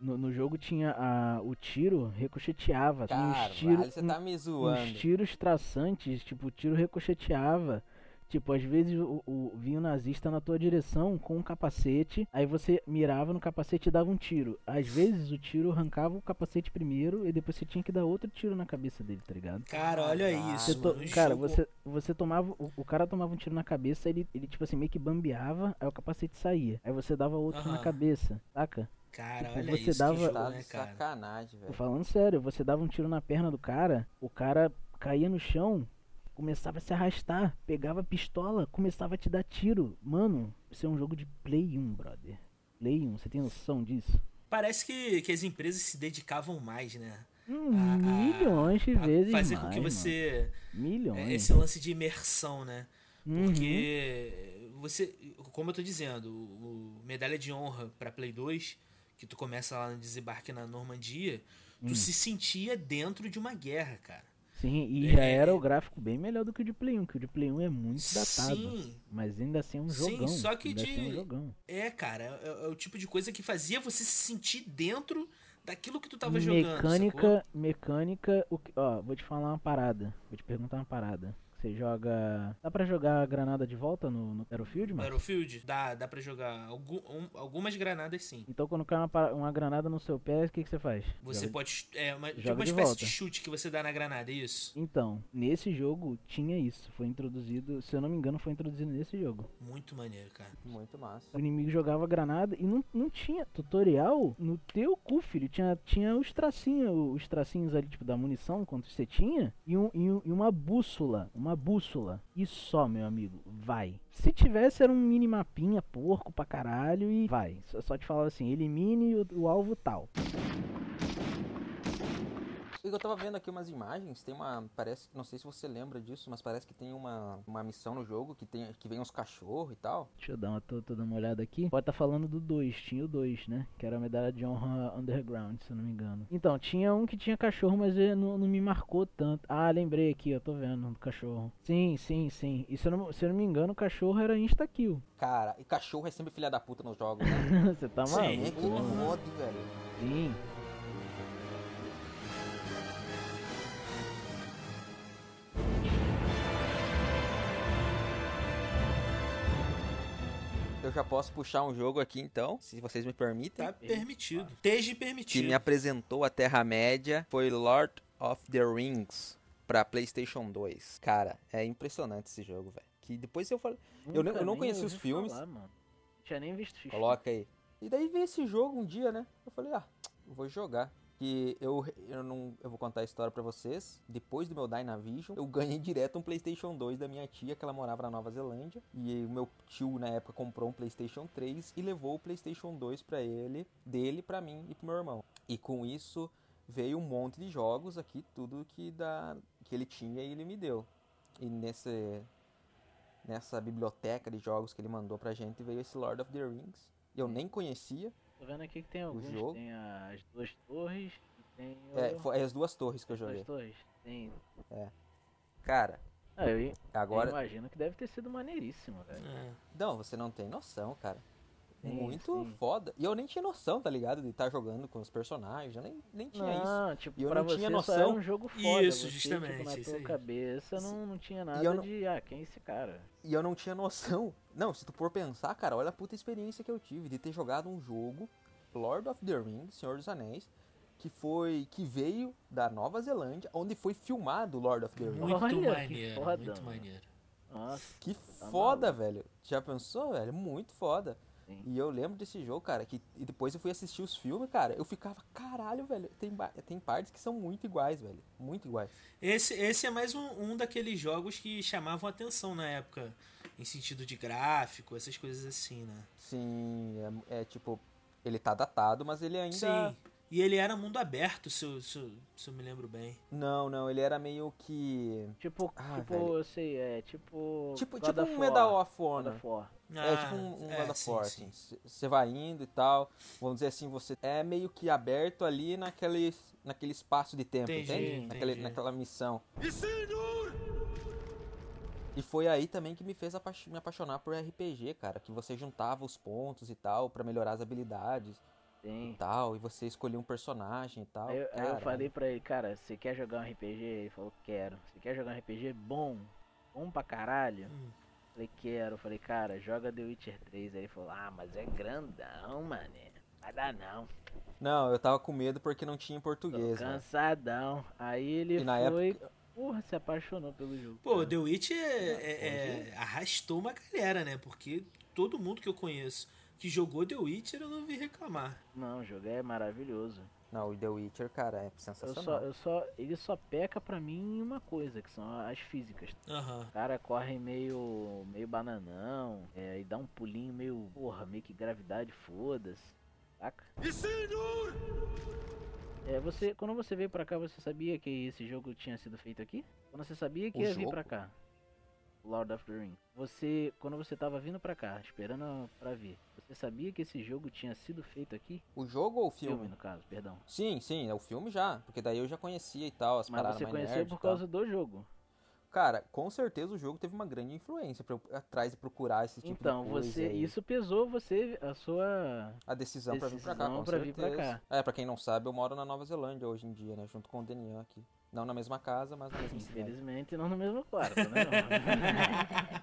Speaker 1: No, no jogo tinha a, o tiro ricocheteava. Tinha um uns
Speaker 2: Caralho,
Speaker 1: tiros.
Speaker 2: você tá me
Speaker 1: uns
Speaker 2: zoando.
Speaker 1: tiros traçantes, tipo, o tiro ricocheteava. Tipo, às vezes o, o vinha um nazista na tua direção com um capacete, aí você mirava no capacete e dava um tiro. Às vezes o tiro arrancava o capacete primeiro e depois você tinha que dar outro tiro na cabeça dele, tá ligado?
Speaker 3: Cara, olha
Speaker 2: Caralho.
Speaker 3: isso.
Speaker 1: Você to-
Speaker 3: mano. Um
Speaker 1: Cara,
Speaker 3: jogo-
Speaker 1: você, você tomava. O, o cara tomava um tiro na cabeça, ele, ele, tipo assim, meio que bambeava, aí o capacete saía. Aí você dava outro na
Speaker 3: Aham.
Speaker 1: cabeça, saca?
Speaker 3: Cara,
Speaker 1: tipo,
Speaker 3: olha
Speaker 1: você
Speaker 3: isso.
Speaker 1: dava-
Speaker 3: Que jogo,
Speaker 2: Tá de
Speaker 3: né, cara?
Speaker 2: sacanagem,
Speaker 1: Tô
Speaker 2: velho.
Speaker 1: falando sério, você dava um tiro na perna do cara, o cara caía no chão, começava a se arrastar, pegava a pistola, começava a te dar tiro. Mano, isso é um jogo de Play 1, brother. Play 1, você tem noção disso?
Speaker 3: Parece que, que as empresas se dedicavam mais, né?
Speaker 1: Hum,
Speaker 3: A- a-
Speaker 1: milhões de
Speaker 3: a
Speaker 1: vezes
Speaker 3: Fazer
Speaker 1: mais,
Speaker 3: com que
Speaker 1: mano. Então,
Speaker 3: você. é,
Speaker 1: Milhões.
Speaker 3: Esse lance de imersão, né?
Speaker 1: Uhum.
Speaker 3: Porque você, como eu tô dizendo, o o medalha de honra pra Play 2, que tu começa lá no desembarque na Normandia,
Speaker 1: Hum.
Speaker 3: tu se sentia dentro de uma guerra, cara.
Speaker 1: Sim, e
Speaker 3: É.
Speaker 1: já era o gráfico bem melhor do que o de Play 1, que o de Play 1 é muito datado.
Speaker 3: Sim,
Speaker 1: Mas ainda assim é um
Speaker 3: Sim,
Speaker 1: jogão.
Speaker 3: só que
Speaker 1: ainda
Speaker 3: de-
Speaker 1: assim é um jogão.
Speaker 3: é, cara, é, é o tipo de coisa que fazia você se sentir dentro daquilo que tu tava jogando. sacou?
Speaker 1: mecânica, mecânica, o que- ó, vou te falar uma parada, vou te perguntar uma parada. Você joga, dá pra jogar a granada de volta no, no Battlefield, mano?
Speaker 3: Battlefield, dá, dá pra jogar algu- um- algumas granadas sim.
Speaker 1: Então quando cai uma, para- uma granada no seu pé, o que que você faz?
Speaker 3: Você
Speaker 1: Joga-
Speaker 3: pode. É uma, tipo
Speaker 1: joga
Speaker 3: uma
Speaker 1: de
Speaker 3: espécie
Speaker 1: volta.
Speaker 3: de chute que você dá na granada, é isso?
Speaker 1: Então, nesse jogo tinha isso, foi introduzido, se eu não me engano, foi introduzido nesse jogo.
Speaker 3: Muito maneiro, cara.
Speaker 2: Muito massa.
Speaker 1: O inimigo jogava granada e não, não tinha tutorial no teu cu, filho. Tinha, tinha os tracinhos, os tracinhos ali, tipo, da munição, quanto você tinha, e, um, e, um- e uma bússola. Uma bússola. E só, meu amigo, vai. Se tivesse, era um mini mapinha, porco pra caralho, e vai. Só, só te falava assim, elimine o, o alvo tal.
Speaker 2: E Eu tava vendo aqui umas imagens, tem uma, parece, não sei se você lembra disso, mas parece que tem uma, uma missão no jogo que tem que vem uns cachorros e tal.
Speaker 1: Deixa eu dar uma, tô, tô dando uma olhada aqui. Pode tá falando do 2, tinha o 2, né? Que era a medalha de honra underground, se eu não me engano. Então, tinha um que tinha cachorro, mas ele não, não me marcou tanto. Ah, lembrei aqui, eu tô vendo do cachorro. Sim, sim, sim. E se eu não, se eu não me engano, o cachorro era insta-kill.
Speaker 2: Cara, e cachorro é sempre filha da puta nos jogos, né?
Speaker 1: Você tá
Speaker 3: Sim.
Speaker 1: maluco?
Speaker 2: É que
Speaker 1: né, mano?
Speaker 2: modo, velho.
Speaker 1: Sim.
Speaker 2: Eu já posso puxar um jogo aqui então, se vocês me permitem.
Speaker 3: Tá permitido. Esteja
Speaker 2: que
Speaker 3: permitido.
Speaker 2: me apresentou a Terra-média foi Lord of the Rings pra PlayStation 2. Cara, é impressionante esse jogo, velho. Que depois eu falei. Eu nem- eu
Speaker 1: Nunca
Speaker 2: não
Speaker 1: nem
Speaker 2: conheci os
Speaker 1: ouvi
Speaker 2: filmes.
Speaker 1: Falar, mano. Tinha nem visto os
Speaker 2: Coloca aí. E daí vi esse jogo um dia, né? Eu falei, ah, vou jogar. Que eu, eu não. Eu vou contar a história pra vocês. Depois do meu Dynavision, eu ganhei direto um PlayStation 2 da minha tia, que ela morava na Nova Zelândia. E o meu tio, na época, comprou um PlayStation 3 e levou o PlayStation 2 pra ele, dele pra mim e pro meu irmão. E com isso veio um monte de jogos aqui, tudo que, da, que ele tinha e ele me deu. E nesse, nessa biblioteca de jogos que ele mandou pra gente veio esse Lord of the Rings. E eu nem conhecia.
Speaker 1: Tô vendo aqui que tem alguns.
Speaker 2: jogo.
Speaker 1: Tem as duas torres e tem o...
Speaker 2: É, foi as duas torres que eu
Speaker 1: as duas
Speaker 2: joguei.
Speaker 1: torres. Tem...
Speaker 2: Cara,
Speaker 1: Ah, eu, Eu
Speaker 2: agora.
Speaker 1: imagino que deve ter sido maneiríssimo, velho.
Speaker 3: É.
Speaker 2: Não, você não tem noção, cara.
Speaker 1: Sim,
Speaker 2: Muito
Speaker 1: sim.
Speaker 2: foda. E eu nem tinha noção, tá ligado? De estar jogando com os personagens. Eu nem, nem tinha isso.
Speaker 1: Não, tipo,
Speaker 2: E eu
Speaker 1: pra
Speaker 2: não
Speaker 1: você
Speaker 2: tinha
Speaker 1: só era
Speaker 2: noção.
Speaker 1: um jogo foda.
Speaker 3: Isso,
Speaker 1: você,
Speaker 3: justamente,
Speaker 1: Tipo, na
Speaker 3: isso
Speaker 1: tua
Speaker 3: aí.
Speaker 1: cabeça não, não tinha nada
Speaker 2: eu não-
Speaker 1: de, ah, quem é esse cara?
Speaker 2: E eu não tinha noção. Não, se tu for pensar, cara, olha a puta experiência que eu tive de ter jogado um jogo, Lord of the Rings, Senhor dos Anéis, que foi. que veio da Nova Zelândia, onde foi filmado Lord of the Rings.
Speaker 3: Muito
Speaker 1: Olha, que
Speaker 3: maneiro.
Speaker 1: foda,
Speaker 3: muito
Speaker 1: mano.
Speaker 3: maneiro.
Speaker 1: Nossa,
Speaker 2: Que
Speaker 1: Tá
Speaker 2: foda, velho. Já pensou, velho? Muito foda.
Speaker 1: Sim.
Speaker 2: E eu lembro desse jogo, cara, que e depois eu fui assistir os filmes, cara, eu ficava, caralho, velho, tem, ba- tem partes que são muito iguais, velho. Muito iguais.
Speaker 3: Esse, esse é mais um, um daqueles jogos que chamavam atenção na época. Em sentido de gráfico, essas coisas assim, né?
Speaker 2: Sim, é, é tipo, ele tá datado, mas ele ainda.
Speaker 3: Sim. E ele era mundo aberto, se eu, se eu, se eu me lembro bem.
Speaker 2: Não, não, ele era meio que.
Speaker 1: tipo,
Speaker 2: Ah,
Speaker 1: tipo,
Speaker 2: velho.
Speaker 1: eu sei, é tipo...
Speaker 2: Tipo,
Speaker 1: God
Speaker 2: tipo
Speaker 1: of
Speaker 2: um
Speaker 1: War,
Speaker 2: Medal of
Speaker 1: God
Speaker 2: Honor.
Speaker 1: of War.
Speaker 2: É tipo um, um
Speaker 3: é,
Speaker 2: God of
Speaker 3: sim,
Speaker 2: War,
Speaker 3: sim.
Speaker 2: Você vai indo e tal. Vamos dizer assim, você é meio que aberto ali naquele, naquele espaço de tempo,
Speaker 3: Entendi,
Speaker 2: entende?
Speaker 3: entendi.
Speaker 2: Naquele- naquela missão. E foi aí também que me fez apa- me apaixonar por RPG, cara. Que você juntava os pontos e tal, pra melhorar as habilidades e
Speaker 1: Sim.
Speaker 2: tal. E você escolhia um personagem e tal.
Speaker 1: Aí, eu- aí eu
Speaker 2: Cara,
Speaker 1: falei pra ele, cara, você quer jogar um RPG? Ele falou, quero. Você quer jogar um RPG bom? Bom pra caralho?
Speaker 3: Hum.
Speaker 1: Falei, quero. Falei, cara, joga The Witcher 3. Aí ele falou, ah, mas é grandão, mané. Vai dar não.
Speaker 2: Não, eu tava com medo porque não tinha em
Speaker 1: Tô
Speaker 2: português, né?
Speaker 1: cansadão. Aí ele
Speaker 2: E na
Speaker 1: foi,
Speaker 2: época.
Speaker 1: porra, se apaixonou pelo jogo.
Speaker 3: Pô, The Witch é- é- é- arrastou uma galera, né? Porque todo mundo que eu conheço que jogou The Witcher eu não vi reclamar.
Speaker 1: Não, o jogo é maravilhoso.
Speaker 2: Não, o The Witcher, cara, é
Speaker 1: Eu só,
Speaker 2: sensacional.
Speaker 1: eu só, ele só peca pra mim em uma coisa, que são as físicas.
Speaker 3: Aham.
Speaker 1: O cara corre meio, meio bananão, é, e dá um pulinho meio, porra, meio que gravidade, foda-se, saca? É, você, quando você veio pra cá, você sabia que esse jogo tinha sido feito aqui? Quando você sabia que
Speaker 2: O
Speaker 1: ia vir
Speaker 2: jogo?
Speaker 1: pra cá? Lord of the Rings. Você, quando você tava vindo pra cá, esperando a- pra vir, você sabia que esse jogo tinha sido feito aqui?
Speaker 2: O jogo ou o filme?
Speaker 1: Filme, né? no caso, perdão.
Speaker 2: Sim, sim, é o filme já. Porque daí eu já conhecia e tal, as
Speaker 1: Mas
Speaker 2: paradas
Speaker 1: você
Speaker 2: mais
Speaker 1: conheceu
Speaker 2: nerd e
Speaker 1: por
Speaker 2: tal.
Speaker 1: causa do jogo.
Speaker 2: Cara, com certeza o jogo teve uma grande influência pra eu ir atrás e procurar esse tipo
Speaker 1: Então,
Speaker 2: de coisa.
Speaker 1: você,
Speaker 2: aí.
Speaker 1: isso pesou você, a sua
Speaker 2: A decisão pra vir pra cá,
Speaker 1: Decisão
Speaker 2: com
Speaker 1: pra vir
Speaker 2: certeza.
Speaker 1: pra
Speaker 2: É, pra quem não sabe, eu moro na Nova Zelândia hoje em dia, né? Junto com o Denian aqui. Não na mesma casa, mas na mesma cidade.
Speaker 1: Infelizmente não no mesmo quarto, né? não?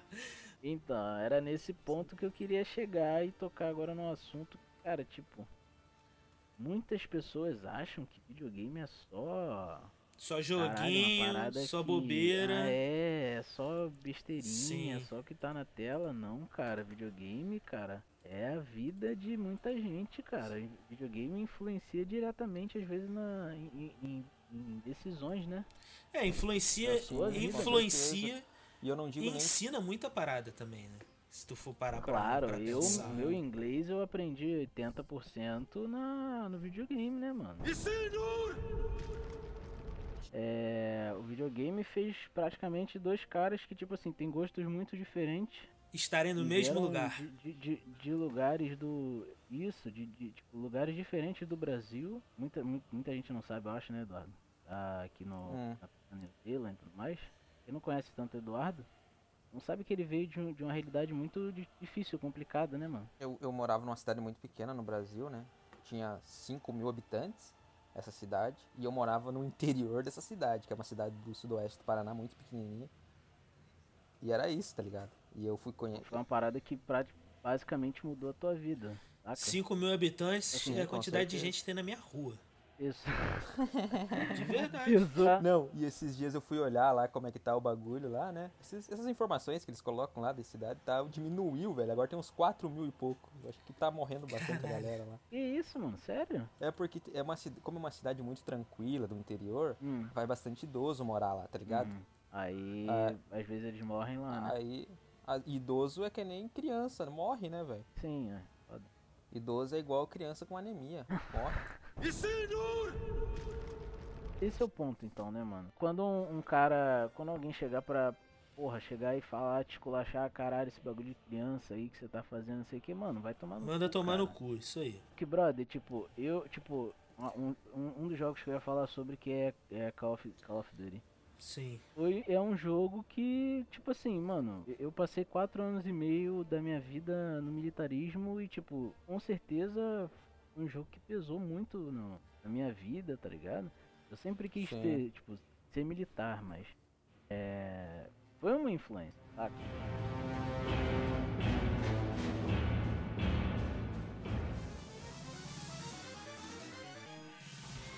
Speaker 1: então, era nesse ponto que eu queria chegar e tocar agora num assunto, cara, tipo, muitas pessoas acham que videogame é só
Speaker 3: Só
Speaker 1: caralho, é
Speaker 3: joguinho,
Speaker 1: uma parada
Speaker 3: só
Speaker 1: que-
Speaker 3: bobeira.
Speaker 1: Ah, é, é só besteirinha,
Speaker 3: Sim.
Speaker 1: só que tá na tela, não, cara, videogame, cara. É a vida de muita gente, cara. E Videogame influencia diretamente, às vezes, na, em- em- em decisões, né?
Speaker 3: É, influencia,
Speaker 2: Eu sou,
Speaker 1: né,
Speaker 3: influencia
Speaker 2: E eu não digo
Speaker 3: e
Speaker 2: nem.
Speaker 3: ensina muita parada também, né? Se tu for parar pra-
Speaker 1: Claro,
Speaker 3: pra
Speaker 1: eu,
Speaker 3: pensar.
Speaker 1: meu inglês eu aprendi 80% na, no videogame, né, mano? É, o videogame fez praticamente dois caras que, tipo assim, tem gostos muito diferentes.
Speaker 3: Estarem no
Speaker 1: e
Speaker 3: mesmo
Speaker 1: vieram
Speaker 3: lugar.
Speaker 1: De, de- de- de lugares do. Isso, de, de, tipo, lugares diferentes do Brasil. Muita, mu- muita gente não sabe, eu acho, né, Eduardo? Tá aqui no,
Speaker 3: É.
Speaker 2: Hum.
Speaker 1: na New Zealand e tudo mais. Quem não conhece tanto o Eduardo, não sabe que ele veio de, um- de uma realidade muito di- difícil, complicada, né, mano?
Speaker 2: Eu, eu morava numa cidade muito pequena no Brasil, né? Tinha 5 mil habitantes, essa cidade. E eu morava no interior dessa cidade, que é uma cidade do sudoeste do Paraná, muito pequenininha. E era isso, tá ligado? E eu fui conhecer.
Speaker 1: Foi uma parada que pra- basicamente mudou a tua vida. Saca?
Speaker 3: 5 mil habitantes
Speaker 2: Assim,
Speaker 3: é a
Speaker 2: com
Speaker 3: quantidade de
Speaker 2: certeza.
Speaker 3: gente que tem na minha rua.
Speaker 1: Isso.
Speaker 3: De é verdade.
Speaker 1: Isso.
Speaker 2: Não, e esses dias eu fui olhar lá como é que tá o bagulho lá, né? Esses- essas informações que eles colocam lá da cidade tá, diminuiu, velho. Agora tem uns 4 mil e pouco. Eu acho que tá morrendo bastante a galera lá.
Speaker 1: Que isso, mano? Sério?
Speaker 2: É porque é uma, cid- como é uma cidade muito tranquila do interior,
Speaker 1: Hum.
Speaker 2: vai bastante idoso morar lá, tá ligado?
Speaker 1: Hum. Aí, às vezes eles morrem lá, né?
Speaker 2: Aí, a- idoso é que nem criança, morre, né, velho?
Speaker 1: Sim, é. Foda.
Speaker 2: Idoso é igual criança com anemia, morre.
Speaker 1: Esse é o ponto, então, né, mano? Quando um, um cara. Quando alguém chegar pra. Porra, chegar e falar, te esculachar, caralho, esse bagulho de criança aí que você tá fazendo, não sei o que, mano, vai tomar no
Speaker 3: Manda
Speaker 1: cu,
Speaker 3: tomar
Speaker 1: cara.
Speaker 3: no cu, isso aí.
Speaker 1: Que, brother, tipo, eu, tipo, um, um, um dos jogos que eu ia falar sobre que é, é Call, of, Call of Duty.
Speaker 3: Sim.
Speaker 1: Foi, é um jogo que, tipo assim, mano, eu passei quatro anos e meio da minha vida no militarismo e, tipo, com certeza foi um jogo que pesou muito no- na minha vida, tá ligado? Eu sempre quis
Speaker 2: Sim.
Speaker 1: ter, tipo, ser militar, mas. É. Foi uma influência, saca?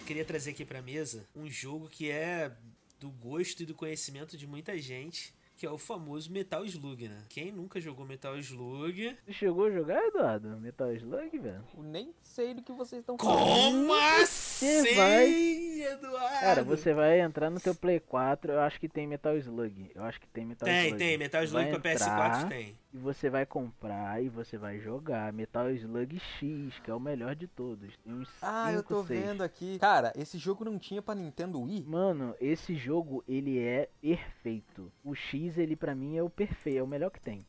Speaker 3: Queria trazer aqui pra mesa um jogo que é do gosto e do conhecimento de muita gente, que é o famoso Metal Slug, né? Quem nunca jogou Metal Slug?
Speaker 1: Tu chegou a jogar, Eduardo? Metal Slug, velho?
Speaker 2: Eu nem sei do que vocês estão
Speaker 3: Como assim,
Speaker 1: vai-
Speaker 3: Eduardo?
Speaker 1: Cara, você vai entrar no teu Play 4, eu acho que tem Metal Slug. Eu acho que tem Metal
Speaker 3: Tem,
Speaker 1: Slug.
Speaker 3: tem. Metal Slug
Speaker 1: Vai
Speaker 3: pra PS4
Speaker 1: entrar-
Speaker 3: tem.
Speaker 1: E você vai comprar e você vai jogar Metal Slug X, que é o melhor de todos. Tem uns
Speaker 2: Ah, eu
Speaker 1: cinco,
Speaker 2: tô
Speaker 1: seis.
Speaker 2: vendo aqui. Cara, esse jogo não tinha pra Nintendo Wii?
Speaker 1: Mano, esse jogo ele é perfeito. O X ele pra mim é o perfeito, é o melhor que tem.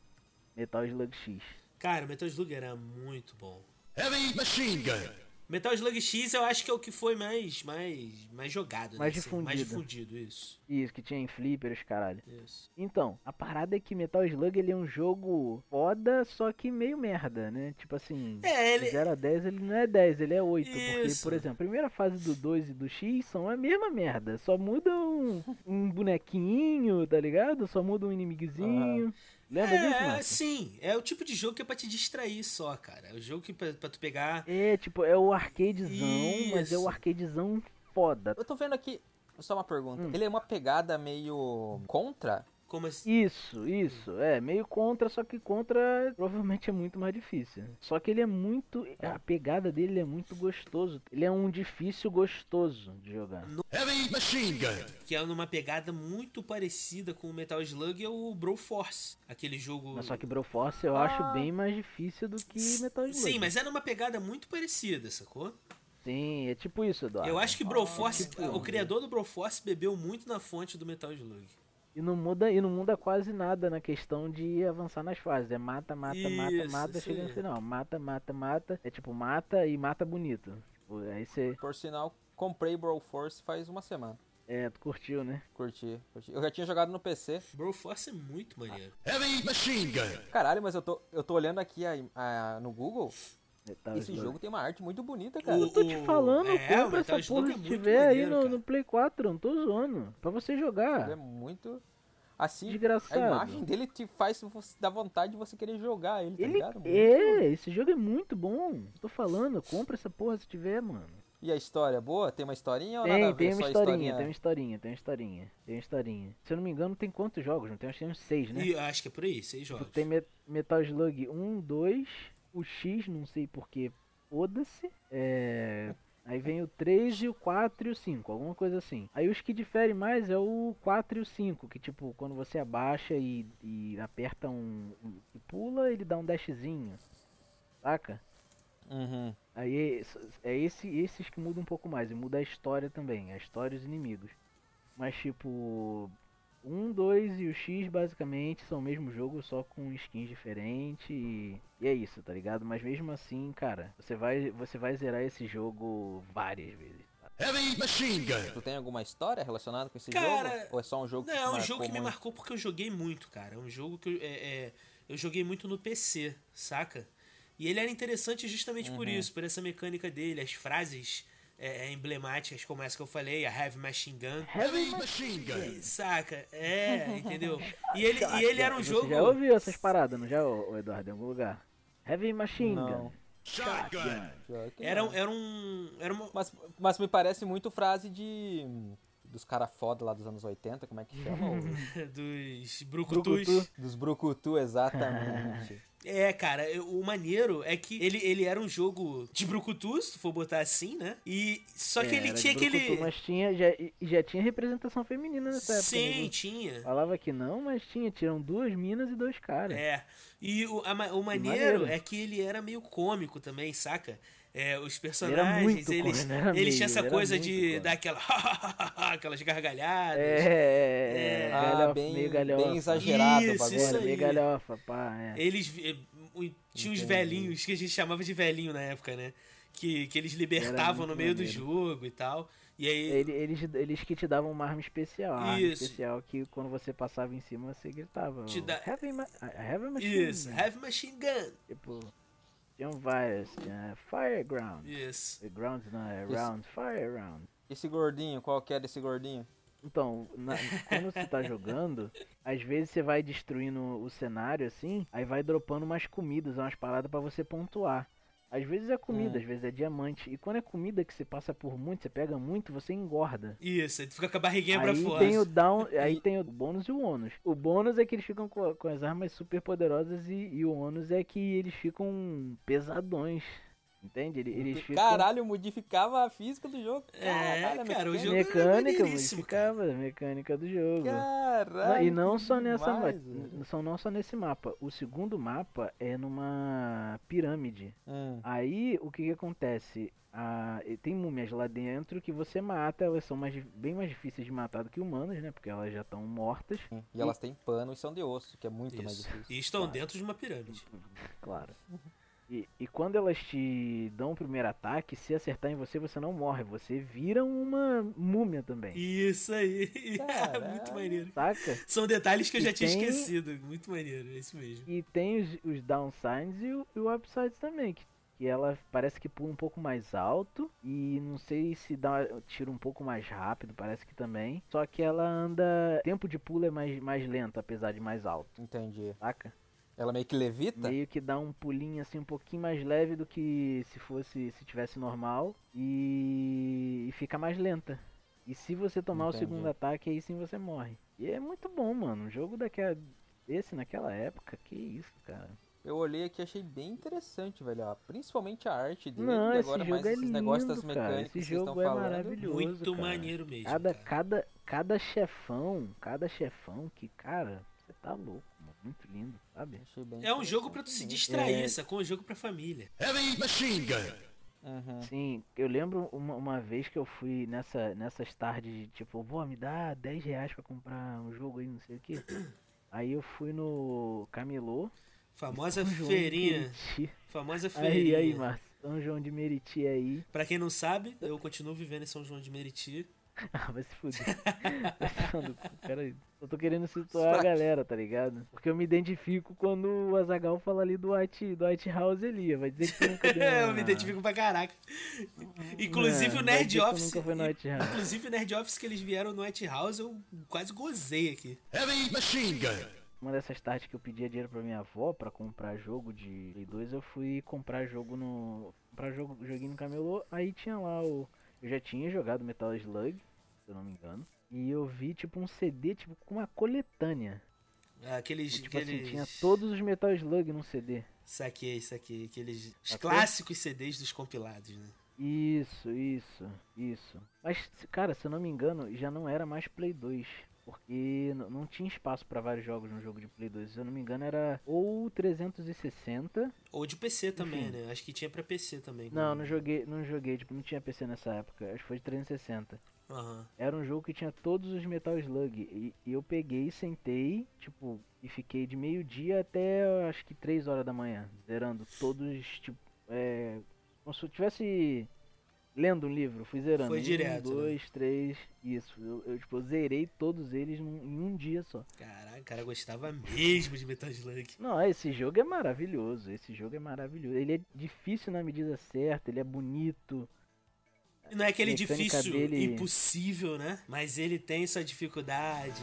Speaker 1: Metal Slug X.
Speaker 3: Cara, Metal Slug era muito bom.
Speaker 4: Heavy machine gun.
Speaker 3: Metal Slug X eu acho que é o que foi mais, mais, mais jogado,
Speaker 1: Mais
Speaker 3: né? assim, mais
Speaker 1: difundido.
Speaker 3: difundido, isso.
Speaker 1: Isso que tinha em flippers, caralho.
Speaker 3: Isso.
Speaker 1: Então, a parada é que Metal Slug ele é um jogo foda, só que meio merda, né? Tipo assim,
Speaker 3: É, ele-
Speaker 1: 0 a 10 ele não é 10, ele é 8. Porque,
Speaker 3: Isso.
Speaker 1: por exemplo, a primeira fase do 2 e do X são a mesma merda. Só muda um, um bonequinho, tá ligado? Só muda um inimigozinho.
Speaker 3: E
Speaker 1: Lembra disso,
Speaker 3: É,
Speaker 1: Marcos?
Speaker 3: sim. É o tipo de jogo que é pra te distrair só, cara. É o jogo que pra, pra tu pegar.
Speaker 1: É, tipo, é o arcadezão, mas é o
Speaker 3: Isso.
Speaker 1: arcadezão foda.
Speaker 2: Eu tô vendo aqui, só uma pergunta. Ele é uma pegada meio contra?
Speaker 3: Como assim?
Speaker 1: Isso, isso. É, meio contra, só que contra provavelmente é muito mais difícil. Só que ele é muito. A pegada dele é muito gostoso. Ele é um difícil gostoso de jogar.
Speaker 4: Heavy machine gun.
Speaker 3: Que é numa pegada muito parecida com o Metal Slug é o Broforce. Aquele jogo.
Speaker 1: Mas só que Broforce eu acho bem mais difícil do que Metal Slug.
Speaker 3: Sim, mas é numa pegada muito parecida, sacou?
Speaker 1: Sim, é tipo isso, Eduardo.
Speaker 3: Eu acho Tá. Ah, que né? Broforce, o criador do Broforce bebeu muito na fonte do Metal Slug.
Speaker 1: E não muda, e não muda quase nada na questão de avançar nas fases. É mata, mata, mata,
Speaker 3: Isso,
Speaker 1: mata,
Speaker 3: isso
Speaker 1: chega no
Speaker 3: aí.
Speaker 1: final. Mata, mata, mata. É tipo mata e mata bonito. Tipo, Aí você.
Speaker 2: Por sinal, comprei Broforce faz uma semana.
Speaker 1: É, tu curtiu, né?
Speaker 2: Curti, curti. Eu já tinha jogado no PC.
Speaker 3: Broforce é muito maneiro.
Speaker 4: Heavy machine gun.
Speaker 2: Caralho, mas eu tô, eu tô olhando aqui a im- a- no Google.
Speaker 1: Metal
Speaker 2: Esse
Speaker 1: Slug.
Speaker 2: jogo tem uma arte muito bonita, cara.
Speaker 1: Eu É, tá tô te falando,
Speaker 3: É, o
Speaker 1: compra
Speaker 3: Metal
Speaker 1: essa
Speaker 3: Slug
Speaker 1: porra
Speaker 3: é
Speaker 1: se
Speaker 3: muito
Speaker 1: tiver aí
Speaker 3: maneiro,
Speaker 1: no,
Speaker 3: cara.
Speaker 1: no Play 4, não tô zoando. Pra você
Speaker 2: Ele é
Speaker 1: jogar.
Speaker 2: muito. Assim,
Speaker 1: Desgraçado.
Speaker 2: a imagem dele te faz você- dar vontade de você querer jogar ele, tá
Speaker 1: Ele
Speaker 2: ligado? Muito bom.
Speaker 1: é, esse jogo é muito bom. Tô falando, compra essa porra se tiver, mano.
Speaker 2: E a história é boa? Tem uma historinha ou nada
Speaker 1: Tem,
Speaker 2: a ver?
Speaker 1: tem uma
Speaker 2: só
Speaker 1: historinha, tem uma historinha, tem uma historinha, tem uma historinha. Se eu não me engano, tem quantos jogos? Não tem acho que tem uns seis, né?
Speaker 3: E eu acho que é por aí, seis
Speaker 1: Tipo,
Speaker 3: jogos.
Speaker 1: Tem Me- Metal Slug 1, 2, o X, não sei porquê, foda-se. É... Aí vem o 3 e o 4 e o 5, alguma coisa assim. Aí os que diferem mais é o 4 e o 5, que tipo, quando você abaixa e, e aperta um. e pula, ele dá um dashzinho. Saca?
Speaker 2: Uhum.
Speaker 1: Aí é, é esse, esses que mudam um pouco mais, e muda a história também, a história e os inimigos. Mas tipo, 1, 2 e o X basicamente são o mesmo jogo, só com skins diferentes e, e é isso, tá ligado? Mas mesmo assim, cara, você vai, você vai zerar esse jogo várias vezes.
Speaker 4: Heavy machine gun.
Speaker 2: Tu tem alguma história relacionada com esse
Speaker 3: Cara,
Speaker 2: jogo? Ou é só um jogo
Speaker 3: Não,
Speaker 2: que
Speaker 3: é um jogo que me
Speaker 2: muito?
Speaker 3: marcou porque eu joguei muito, cara. É um jogo que eu, é- é- eu joguei muito no PC, saca? E ele era interessante justamente por isso, por essa mecânica dele, as frases é, é, emblemáticas, como essa que eu falei, a Heavy Machine Gun.
Speaker 4: Heavy machine gun.
Speaker 3: Saca? É, entendeu? E ele, e ele era um
Speaker 1: você
Speaker 3: jogo.
Speaker 1: já ouviu essas paradas, não já, ô, ô Eduardo, em algum lugar? Heavy Machine
Speaker 2: Não.
Speaker 1: Gun.
Speaker 4: Shotgun.
Speaker 2: Pior que
Speaker 3: Era,
Speaker 2: não.
Speaker 3: um- era um. Era uma.
Speaker 2: Mas, mas me parece muito frase de. Dos cara foda lá dos anos 80, como é que chama? O-
Speaker 3: dos Brucutus.
Speaker 2: dos Brucutu, exatamente.
Speaker 3: É, cara, eu- o maneiro é que ele, ele era um jogo de Brucutu, se tu for botar assim, né? E. Só que
Speaker 1: É,
Speaker 3: ele
Speaker 1: era de
Speaker 3: tinha aquele.
Speaker 1: brucutu, Mas tinha, já, e já tinha representação feminina nessa época. né? Ah,
Speaker 3: Sim,
Speaker 1: nego.
Speaker 3: tinha.
Speaker 1: Falava que não, mas tinha. Tiram duas minas e dois caras.
Speaker 3: É. E o, a ma- o maneiro,
Speaker 1: maneiro.
Speaker 3: é que ele era meio cômico também, saca? É, os
Speaker 1: Era
Speaker 3: personagens,
Speaker 1: muito
Speaker 3: eles,
Speaker 1: cômico, né? era
Speaker 3: eles
Speaker 1: meio,
Speaker 3: tinham essa
Speaker 1: era
Speaker 3: coisa
Speaker 1: muito
Speaker 3: de
Speaker 1: cômico.
Speaker 3: dar aquela aquelas gargalhadas.
Speaker 1: É, é, é,
Speaker 3: É.
Speaker 2: Ah,
Speaker 1: galhofa,
Speaker 2: bem-
Speaker 1: meio galhofa.
Speaker 2: bem exagerado o
Speaker 3: Isso,
Speaker 2: bagulho.
Speaker 1: Era
Speaker 3: aí.
Speaker 1: meio galhofa, pá, é.
Speaker 3: Eles eh, o- tinha os
Speaker 2: Entendi.
Speaker 3: velhinhos que a gente chamava de velhinho na época, né? Que, que eles libertavam
Speaker 1: muito
Speaker 3: no meio do
Speaker 1: maneiro.
Speaker 3: jogo e tal. E aí
Speaker 1: Ele- um Eles, eles que te davam uma arma especial, a arma
Speaker 3: Isso.
Speaker 1: especial que quando você passava em cima você gritava.
Speaker 3: Te dá-
Speaker 1: Heavy, ma heavy Machine.
Speaker 3: isso, Heavy Machine Gun.
Speaker 1: Tipo, tinham várias. Tinha assim, é, Fire Ground.
Speaker 3: Isso.
Speaker 1: The Ground não é Round, Fire Round.
Speaker 2: Esse gordinho, qual que era esse gordinho?
Speaker 1: Então, na- quando você tá jogando, às vezes você vai destruindo o cenário assim, aí vai dropando umas comidas, umas paradas pra você pontuar. Às vezes é comida,
Speaker 2: Hum.
Speaker 1: às vezes é diamante. E quando é comida que você passa por muito, você pega muito, você engorda.
Speaker 3: Isso, aí tu fica com a barriguinha pra
Speaker 1: Aí
Speaker 3: fora.
Speaker 1: tem o down, aí
Speaker 2: E-
Speaker 1: tem o bônus e o ônus. O bônus é que eles ficam com, com as armas super poderosas e, e o ônus é que eles ficam pesadões. Entende? Ele- Eles ficam
Speaker 2: Caralho, modificava a física do jogo.
Speaker 3: É,
Speaker 2: Caralho,
Speaker 3: cara, o
Speaker 2: mecânica.
Speaker 3: jogo é
Speaker 1: mecânica,
Speaker 3: maneiríssimo, cara.
Speaker 1: modificava, mecânica do jogo. Não,
Speaker 2: Caralho.
Speaker 1: e não só nessa né? ma-
Speaker 2: demais, velho.
Speaker 1: n- são não só nesse mapa. O segundo mapa é numa pirâmide.
Speaker 2: Hum,
Speaker 1: Aí o que, que acontece? Ah, e tem múmias lá dentro que você mata, elas são mais, di- bem mais difíceis de matar do que humanas, né? Porque elas já estão mortas,
Speaker 2: hum. E elas têm pano e são de osso, que é
Speaker 1: tá
Speaker 2: muito mais
Speaker 3: Isso.
Speaker 2: difícil.
Speaker 3: E estão dentro de uma pirâmide.
Speaker 1: claro. E, e quando elas te dão o primeiro ataque, se acertar em você, você não morre, você vira uma múmia também.
Speaker 3: Isso aí. É,
Speaker 2: Caralho.
Speaker 3: Muito maneiro.
Speaker 1: Saca?
Speaker 3: São detalhes que eu
Speaker 1: E
Speaker 3: já tinha
Speaker 1: tem-
Speaker 3: esquecido. Muito maneiro, é isso mesmo.
Speaker 1: E tem os, os downsides e o, e o upsides também, que que ela parece que pula um pouco mais alto e não sei se dá tiro um pouco mais rápido, parece que também. Só que ela anda, o tempo de pulo é mais mais lento, apesar de mais alto,
Speaker 2: Entendi.
Speaker 1: saca?
Speaker 2: Ela meio que levita?
Speaker 1: Meio que dá um pulinho assim um pouquinho mais leve do que se fosse se tivesse normal e, e fica mais lenta. E se você tomar o
Speaker 2: Entendi.
Speaker 1: segundo ataque, aí sim você morre. E é muito bom, mano. Um jogo daquela. Esse naquela época, que isso, cara.
Speaker 2: Eu olhei aqui e achei bem interessante, velho. ó. Principalmente a arte dele.
Speaker 1: Não,
Speaker 2: e
Speaker 1: esse
Speaker 2: agora
Speaker 1: jogo
Speaker 2: mais
Speaker 1: é
Speaker 2: esses negócios das
Speaker 1: lindo, cara.
Speaker 2: mecânicas
Speaker 1: Esse
Speaker 2: que vocês estão
Speaker 1: jogo é
Speaker 2: falando.
Speaker 1: maravilhoso.
Speaker 3: Muito
Speaker 1: cara.
Speaker 3: maneiro mesmo.
Speaker 1: Cada,
Speaker 3: cara.
Speaker 1: cada, cada chefão, cada chefão que, cara, você tá louco, mano. Muito lindo, sabe?
Speaker 2: Achei bem
Speaker 3: É um jogo pra tu se
Speaker 2: interessante
Speaker 3: distrair,
Speaker 1: É.
Speaker 3: sacou? Um jogo pra família.
Speaker 4: Heavy machine gun.
Speaker 2: mesmo.
Speaker 3: É.
Speaker 2: Uhum.
Speaker 1: Sim, eu lembro uma, uma vez que eu fui nessa, nessas tardes, de, tipo, pô, me dá 10 reais pra comprar um jogo aí, não sei o que. Aí eu fui no Camelô.
Speaker 3: Famosa
Speaker 1: São João de
Speaker 3: é feirinha.
Speaker 1: Meriti.
Speaker 3: Famosa
Speaker 1: um Aí,
Speaker 3: feirinha.
Speaker 1: aí, Márcio. São João de Meriti aí.
Speaker 3: Pra quem não sabe, eu continuo vivendo em São João de Meriti.
Speaker 1: Ah, vai se fuder. Pensando, Pera aí. Eu tô querendo situar a galera, tá ligado? Porque eu me identifico quando o Azagal fala ali do White, do White House ali. Vai dizer que tu nunca deu
Speaker 3: eu
Speaker 1: uma-
Speaker 3: me identifico pra caraca. Inclusive
Speaker 1: Não,
Speaker 3: o
Speaker 1: vai dizer
Speaker 3: Nerd
Speaker 1: que tu
Speaker 3: Office.
Speaker 1: Nunca foi no White House.
Speaker 3: Inclusive o Nerd Office que eles vieram no White House, eu quase gozei aqui.
Speaker 4: Heavy machine gun.
Speaker 1: Uma dessas tardes que eu pedia dinheiro pra minha avó pra comprar jogo de Play 2, eu fui comprar jogo no. comprar jogo, joguinho no camelô, aí tinha lá o. Eu já tinha jogado Metal Slug, se eu não me engano. E eu vi tipo um CD, tipo, com uma coletânea.
Speaker 3: Aqueles.
Speaker 1: Tipo assim,
Speaker 3: aqueles...
Speaker 1: tinha todos os Metal Slug num CD.
Speaker 3: Saquei, saquei. Aqueles os
Speaker 1: Sacou?
Speaker 3: clássicos CDs dos compilados, né?
Speaker 1: Isso, isso, isso. Mas, se- cara, se eu não me engano, já não era mais Play 2. Porque n- não tinha espaço pra vários jogos no jogo de Play 2. Se eu não me engano, era ou 360.
Speaker 3: Ou de PC também,
Speaker 1: Enfim.
Speaker 3: né? Acho que tinha pra PC também.
Speaker 1: Não, não joguei, não joguei, tipo, não tinha PC nessa época. Acho que foi de 360.
Speaker 3: Aham.
Speaker 1: Era um jogo que tinha todos os Metal Slug. E, e eu peguei, sentei, tipo, e fiquei de meio-dia até acho que 3 horas da manhã. Zerando todos, tipo, é. Como se eu tivesse lendo um livro, fui zerando.
Speaker 3: Foi
Speaker 1: Um,
Speaker 3: direto, né?
Speaker 1: dois, três, isso. Eu, eu, tipo, zerei todos eles num- em um dia só.
Speaker 3: Caraca, o cara gostava mesmo de Metal Slug.
Speaker 1: Não, esse jogo é maravilhoso. Esse jogo é maravilhoso. Ele é difícil na medida certa, ele é bonito.
Speaker 3: Não é aquele
Speaker 1: mecânica
Speaker 3: difícil
Speaker 1: dele-
Speaker 3: impossível, né? Mas ele tem sua dificuldade.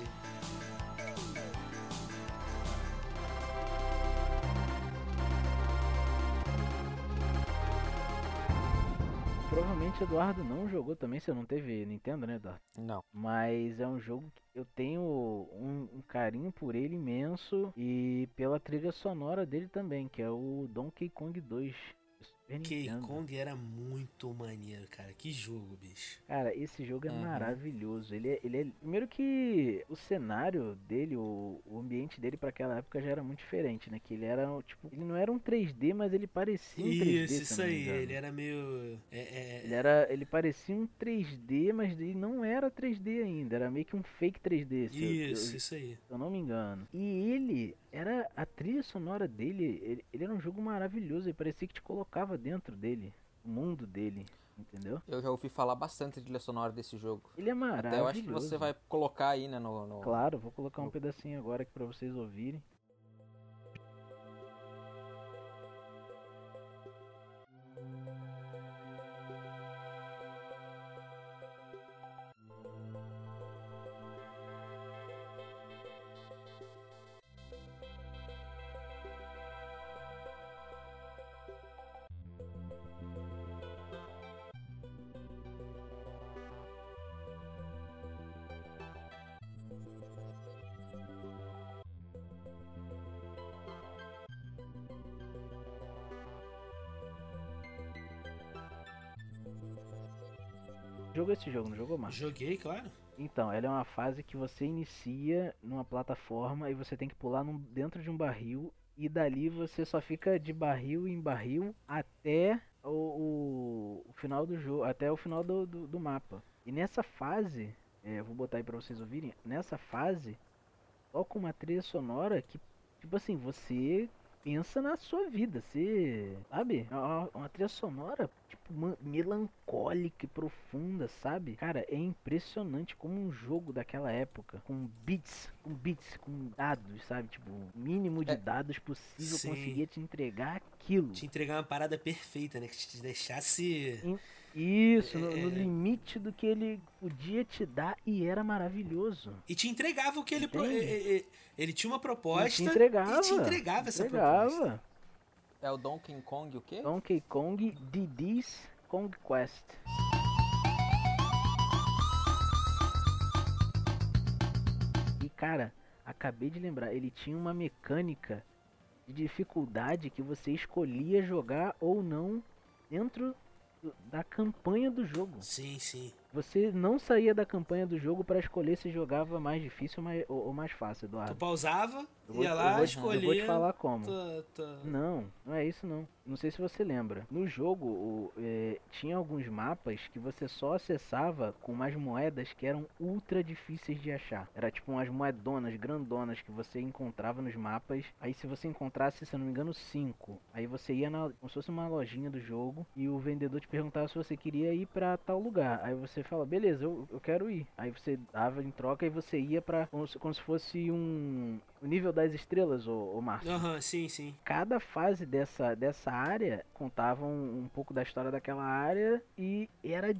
Speaker 1: Provavelmente Eduardo não jogou também, você não teve Nintendo, né, Eduardo?
Speaker 2: Não.
Speaker 1: Mas é um jogo que eu tenho um, um carinho por ele imenso e pela trilha sonora dele também, que é o Donkey Kong 2. do Super
Speaker 3: Donkey
Speaker 1: Nintendo.
Speaker 3: Kong era muito maneiro, cara. Que jogo, bicho.
Speaker 1: Cara, esse jogo é
Speaker 2: Uhum.
Speaker 1: maravilhoso. Ele é, ele é- Primeiro que o cenário dele, o, o ambiente dele pra aquela época já era muito diferente, né? Que ele era, um, tipo, ele não era um 3D, mas ele parecia um 3D.
Speaker 3: isso,
Speaker 1: se
Speaker 3: isso
Speaker 1: eu não me
Speaker 3: aí.
Speaker 1: engano.
Speaker 3: Ele era meio. É, é-
Speaker 1: Ele, era, ele parecia um 3D, mas ele não era 3D ainda. Era meio que um fake 3D. se eu- eu-
Speaker 3: Isso, isso aí.
Speaker 1: se eu não me engano. E ele era a trilha sonora dele, ele, ele era um jogo maravilhoso, ele parecia que te colocava dentro dele, o mundo dele, entendeu?
Speaker 2: Eu já ouvi falar bastante de trilha sonora desse jogo.
Speaker 1: Ele é maravilhoso.
Speaker 2: Até eu acho que você vai colocar aí, né, no... no-
Speaker 1: Claro, vou colocar um pedacinho agora aqui pra vocês ouvirem. Jogou esse jogo, não jogou mais?
Speaker 3: Joguei, claro.
Speaker 1: Então, ela é uma fase que você inicia numa plataforma e você tem que pular num- dentro de um barril e dali você só fica de barril em barril até o, o- o final do jogo, até o final do, do, do mapa. E nessa fase, é, eu vou botar aí pra vocês ouvirem, nessa fase, toca uma trilha sonora que, tipo assim, você pensa na sua vida, você sabe? É Uma, uma trilha sonora, tipo, ma- melancólica e profunda, sabe? Cara, é impressionante como um jogo daquela época, com beats, com beats, com dados, sabe? Tipo, o mínimo de
Speaker 2: É.
Speaker 1: dados possível
Speaker 3: Sim.
Speaker 1: conseguia te entregar aquilo.
Speaker 3: Te entregar uma parada perfeita, né? Que te deixasse.
Speaker 1: Isso, no, no
Speaker 3: É.
Speaker 1: limite do que ele podia te dar e era maravilhoso.
Speaker 3: E te entregava o que ele. pro-
Speaker 1: Entende?
Speaker 3: eh, eh, eh, Ele tinha uma
Speaker 1: Ele
Speaker 3: proposta.
Speaker 1: te entregava.
Speaker 3: E te entregava essa proposta.
Speaker 1: entregava.
Speaker 2: É o Donkey Kong o quê?
Speaker 1: Donkey Kong DD's Kong Quest. E cara, acabei de lembrar, ele tinha uma mecânica de dificuldade que você escolhia jogar ou não dentro do- da campanha do jogo.
Speaker 3: Sim, sim.
Speaker 1: Você não saía da campanha do jogo para escolher se jogava mais difícil ou mais, ou- ou mais fácil,
Speaker 3: Tu
Speaker 1: Eduardo.
Speaker 3: pausava,
Speaker 1: Eu vou-
Speaker 3: ia
Speaker 1: eu
Speaker 3: lá,
Speaker 1: vou te-
Speaker 3: escolhia. tá,
Speaker 1: Eu vou te falar como.
Speaker 3: tua- tua-
Speaker 1: Não, não é isso não. Não sei se você lembra. No jogo, o, eh, tinha alguns mapas que você só acessava com umas moedas que eram ultra difíceis de achar. Era tipo umas moedonas grandonas que você encontrava nos mapas. Aí se você encontrasse, se eu não me engano, cinco. Aí você ia na, como se fosse uma lojinha do jogo e o vendedor te perguntava se você queria ir pra tal lugar. Aí você fala, beleza, eu, eu quero ir. Aí você dava em troca e você ia pra como se, como se fosse um o nível das estrelas, ô, ô Márcio
Speaker 3: Aham, sim, sim.
Speaker 1: cada fase dessa, dessa área contava um, um pouco da história daquela área e era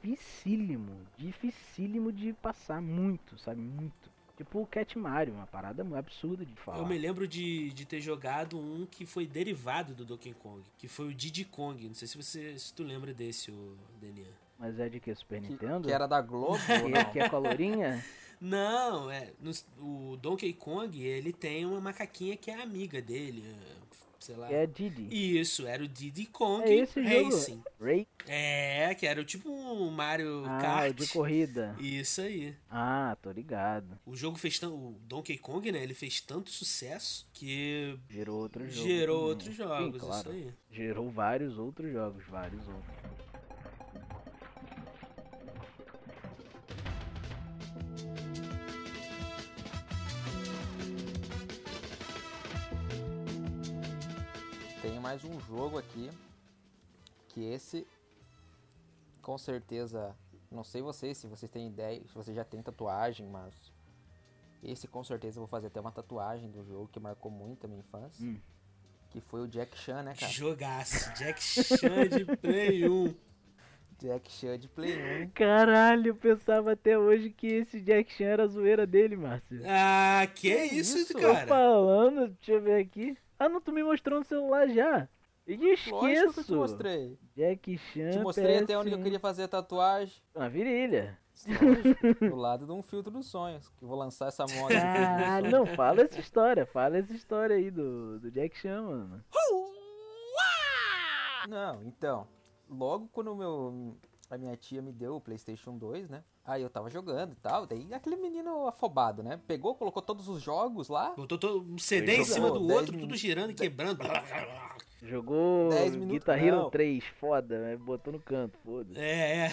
Speaker 1: dificílimo, dificílimo de passar muito, sabe? Muito. Tipo o Cat Mario, uma parada absurda de falar.
Speaker 3: Eu me lembro de, de ter jogado um que foi derivado do Donkey Kong, que foi o Diddy Kong. Não sei se você se tu lembra desse, o Denian.
Speaker 1: Mas é de que? Super
Speaker 2: Que,
Speaker 1: Nintendo?
Speaker 2: que era da Globo? ou
Speaker 1: Que é,
Speaker 2: não?
Speaker 1: que é colorinha?
Speaker 3: Não, é. no- o Donkey Kong, ele tem uma macaquinha que é amiga dele. é, Sei lá.
Speaker 1: que é Didi.
Speaker 3: Isso, era o Diddy Kong
Speaker 1: É esse jogo?
Speaker 3: Racing.
Speaker 1: Ray?
Speaker 3: É, que era o tipo um Mario
Speaker 1: Ah,
Speaker 3: Kart.
Speaker 1: o de corrida.
Speaker 3: Isso aí.
Speaker 1: Ah, tô ligado.
Speaker 3: O jogo fez tanto. O Donkey Kong, né? Ele fez tanto sucesso que
Speaker 1: Gerou outro jogo.
Speaker 3: gerou
Speaker 1: também.
Speaker 3: outros jogos.
Speaker 1: Sim, claro.
Speaker 3: Isso aí.
Speaker 1: Gerou vários outros jogos, vários outros.
Speaker 2: Tem mais um jogo aqui. Que esse. Com certeza. Não sei vocês se vocês têm ideia. Se vocês já têm tatuagem, mas. Esse com certeza eu vou fazer até uma tatuagem do jogo que marcou muito a minha infância.
Speaker 1: Hum.
Speaker 2: Que foi o Jack Chan, né, cara?
Speaker 3: Jogaço. Jack Chan de Play 1.
Speaker 2: Jack Chan de Play 1.
Speaker 1: Caralho, eu pensava até hoje que esse Jack Chan era a zoeira dele,
Speaker 2: É,
Speaker 1: Márcio.
Speaker 3: Ah, que,
Speaker 2: Que
Speaker 3: isso,
Speaker 2: isso?
Speaker 1: Tô
Speaker 3: cara?
Speaker 1: falando, deixa eu ver aqui. Ah, não, tu me mostrou no celular já. Eu
Speaker 2: Lógico que eu te
Speaker 1: esqueço.
Speaker 2: mostrei.
Speaker 1: Jack Chan.
Speaker 2: Te mostrei até
Speaker 1: PS1.
Speaker 2: onde eu queria fazer a tatuagem.
Speaker 1: Na virilha.
Speaker 2: Lógico, do lado de um filtro dos sonhos. Que eu vou lançar essa moda. aqui.
Speaker 1: Caralho, não, fala essa história. Fala essa história aí do, do Jack Chan, mano.
Speaker 2: Não, então. Logo quando o meu, a minha tia me deu o PlayStation 2, né? Aí eu tava jogando e tal. Daí aquele menino afobado, né? Pegou, colocou todos os jogos lá.
Speaker 3: Botou todo um CD em
Speaker 2: jogou
Speaker 3: cima do
Speaker 2: 10
Speaker 3: outro,
Speaker 2: minutos.
Speaker 3: tudo girando e quebrando.
Speaker 1: Jogou
Speaker 2: 10 minutos,
Speaker 1: Guitar Hero
Speaker 2: não.
Speaker 1: 3, foda, né? botou no canto, foda.
Speaker 3: É, é.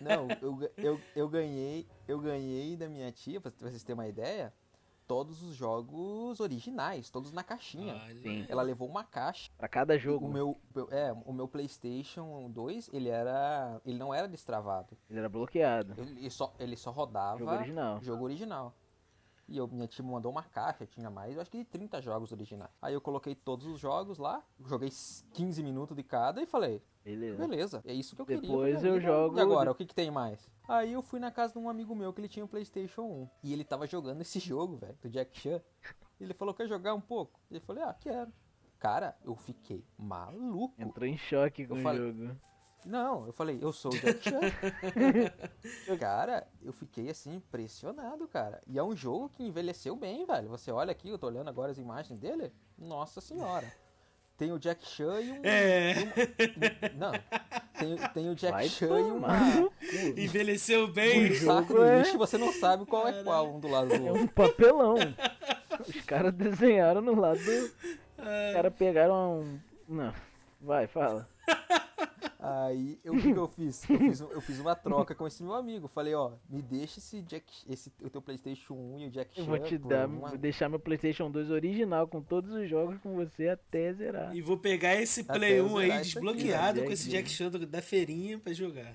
Speaker 2: Não, né, eu, ga- eu, eu ganhei. Eu ganhei da minha tia, pra vocês terem uma ideia, todos os jogos originais, todos na
Speaker 3: Ah,
Speaker 2: caixinha.
Speaker 1: Sim.
Speaker 2: Ela levou uma caixa.
Speaker 1: Pra cada
Speaker 2: O
Speaker 1: jogo. né?
Speaker 2: meu, é, o meu PlayStation 2, ele era. Ele não era destravado.
Speaker 1: Ele era bloqueado.
Speaker 2: Ele ele só, ele só rodava
Speaker 1: Jogo original.
Speaker 2: jogo original. E eu, minha tia me mandou uma caixa, tinha mais, eu acho que de 30 jogos originais. Aí eu coloquei todos os jogos lá, joguei s- 15 minutos de cada e falei,
Speaker 1: Beleza.
Speaker 2: beleza, é isso que eu
Speaker 1: Depois
Speaker 2: queria. pra minha
Speaker 1: eu
Speaker 2: vida.
Speaker 1: jogo-
Speaker 2: E agora, o que, que tem mais? Aí eu fui na casa de um amigo meu que ele tinha o Playstation 1. E ele tava jogando esse jogo, velho, do Jack Chan. Ele falou, quer jogar um pouco? Ele falou, ah, quero. Cara, eu fiquei maluco.
Speaker 1: Entrou em choque com
Speaker 2: Eu
Speaker 1: o
Speaker 2: falei-
Speaker 1: jogo.
Speaker 2: Não, eu falei, eu sou o Jack Chan. cara, eu fiquei assim impressionado, cara. E é um jogo que envelheceu bem, velho. Você olha aqui, eu tô olhando agora as imagens dele. Nossa senhora. Tem o Jack Chan e um.
Speaker 3: É.
Speaker 2: e uma- Não. Tem, tem o Jack
Speaker 1: Vai
Speaker 2: Chan e uma.
Speaker 1: tomar no cu.
Speaker 3: Envelheceu
Speaker 2: Um
Speaker 3: bem.
Speaker 2: saco
Speaker 1: é-
Speaker 2: de lixo, você não sabe qual é qual um do lado do
Speaker 1: É
Speaker 2: outro.
Speaker 1: um papelão. Os caras desenharam no
Speaker 3: É.
Speaker 1: lado. Os caras pegaram um. Não. Vai, fala.
Speaker 2: Aí, eu, o que, que eu fiz? Eu fiz? um, eu fiz uma troca com esse meu amigo. Falei, ó, me deixa esse Jack, esse, o teu Playstation 1 e o Jack
Speaker 1: Eu vou
Speaker 2: Chan
Speaker 1: te
Speaker 2: por
Speaker 1: dar,
Speaker 2: uma-
Speaker 1: vou deixar meu PlayStation 2 original com todos os jogos com você até zerar.
Speaker 3: E vou pegar esse
Speaker 1: Tá
Speaker 2: Até
Speaker 3: Play
Speaker 2: eu
Speaker 3: 1 aí
Speaker 2: zerar isso aqui,
Speaker 3: desbloqueado
Speaker 1: né?
Speaker 3: com esse Jack Chandler da feirinha pra jogar.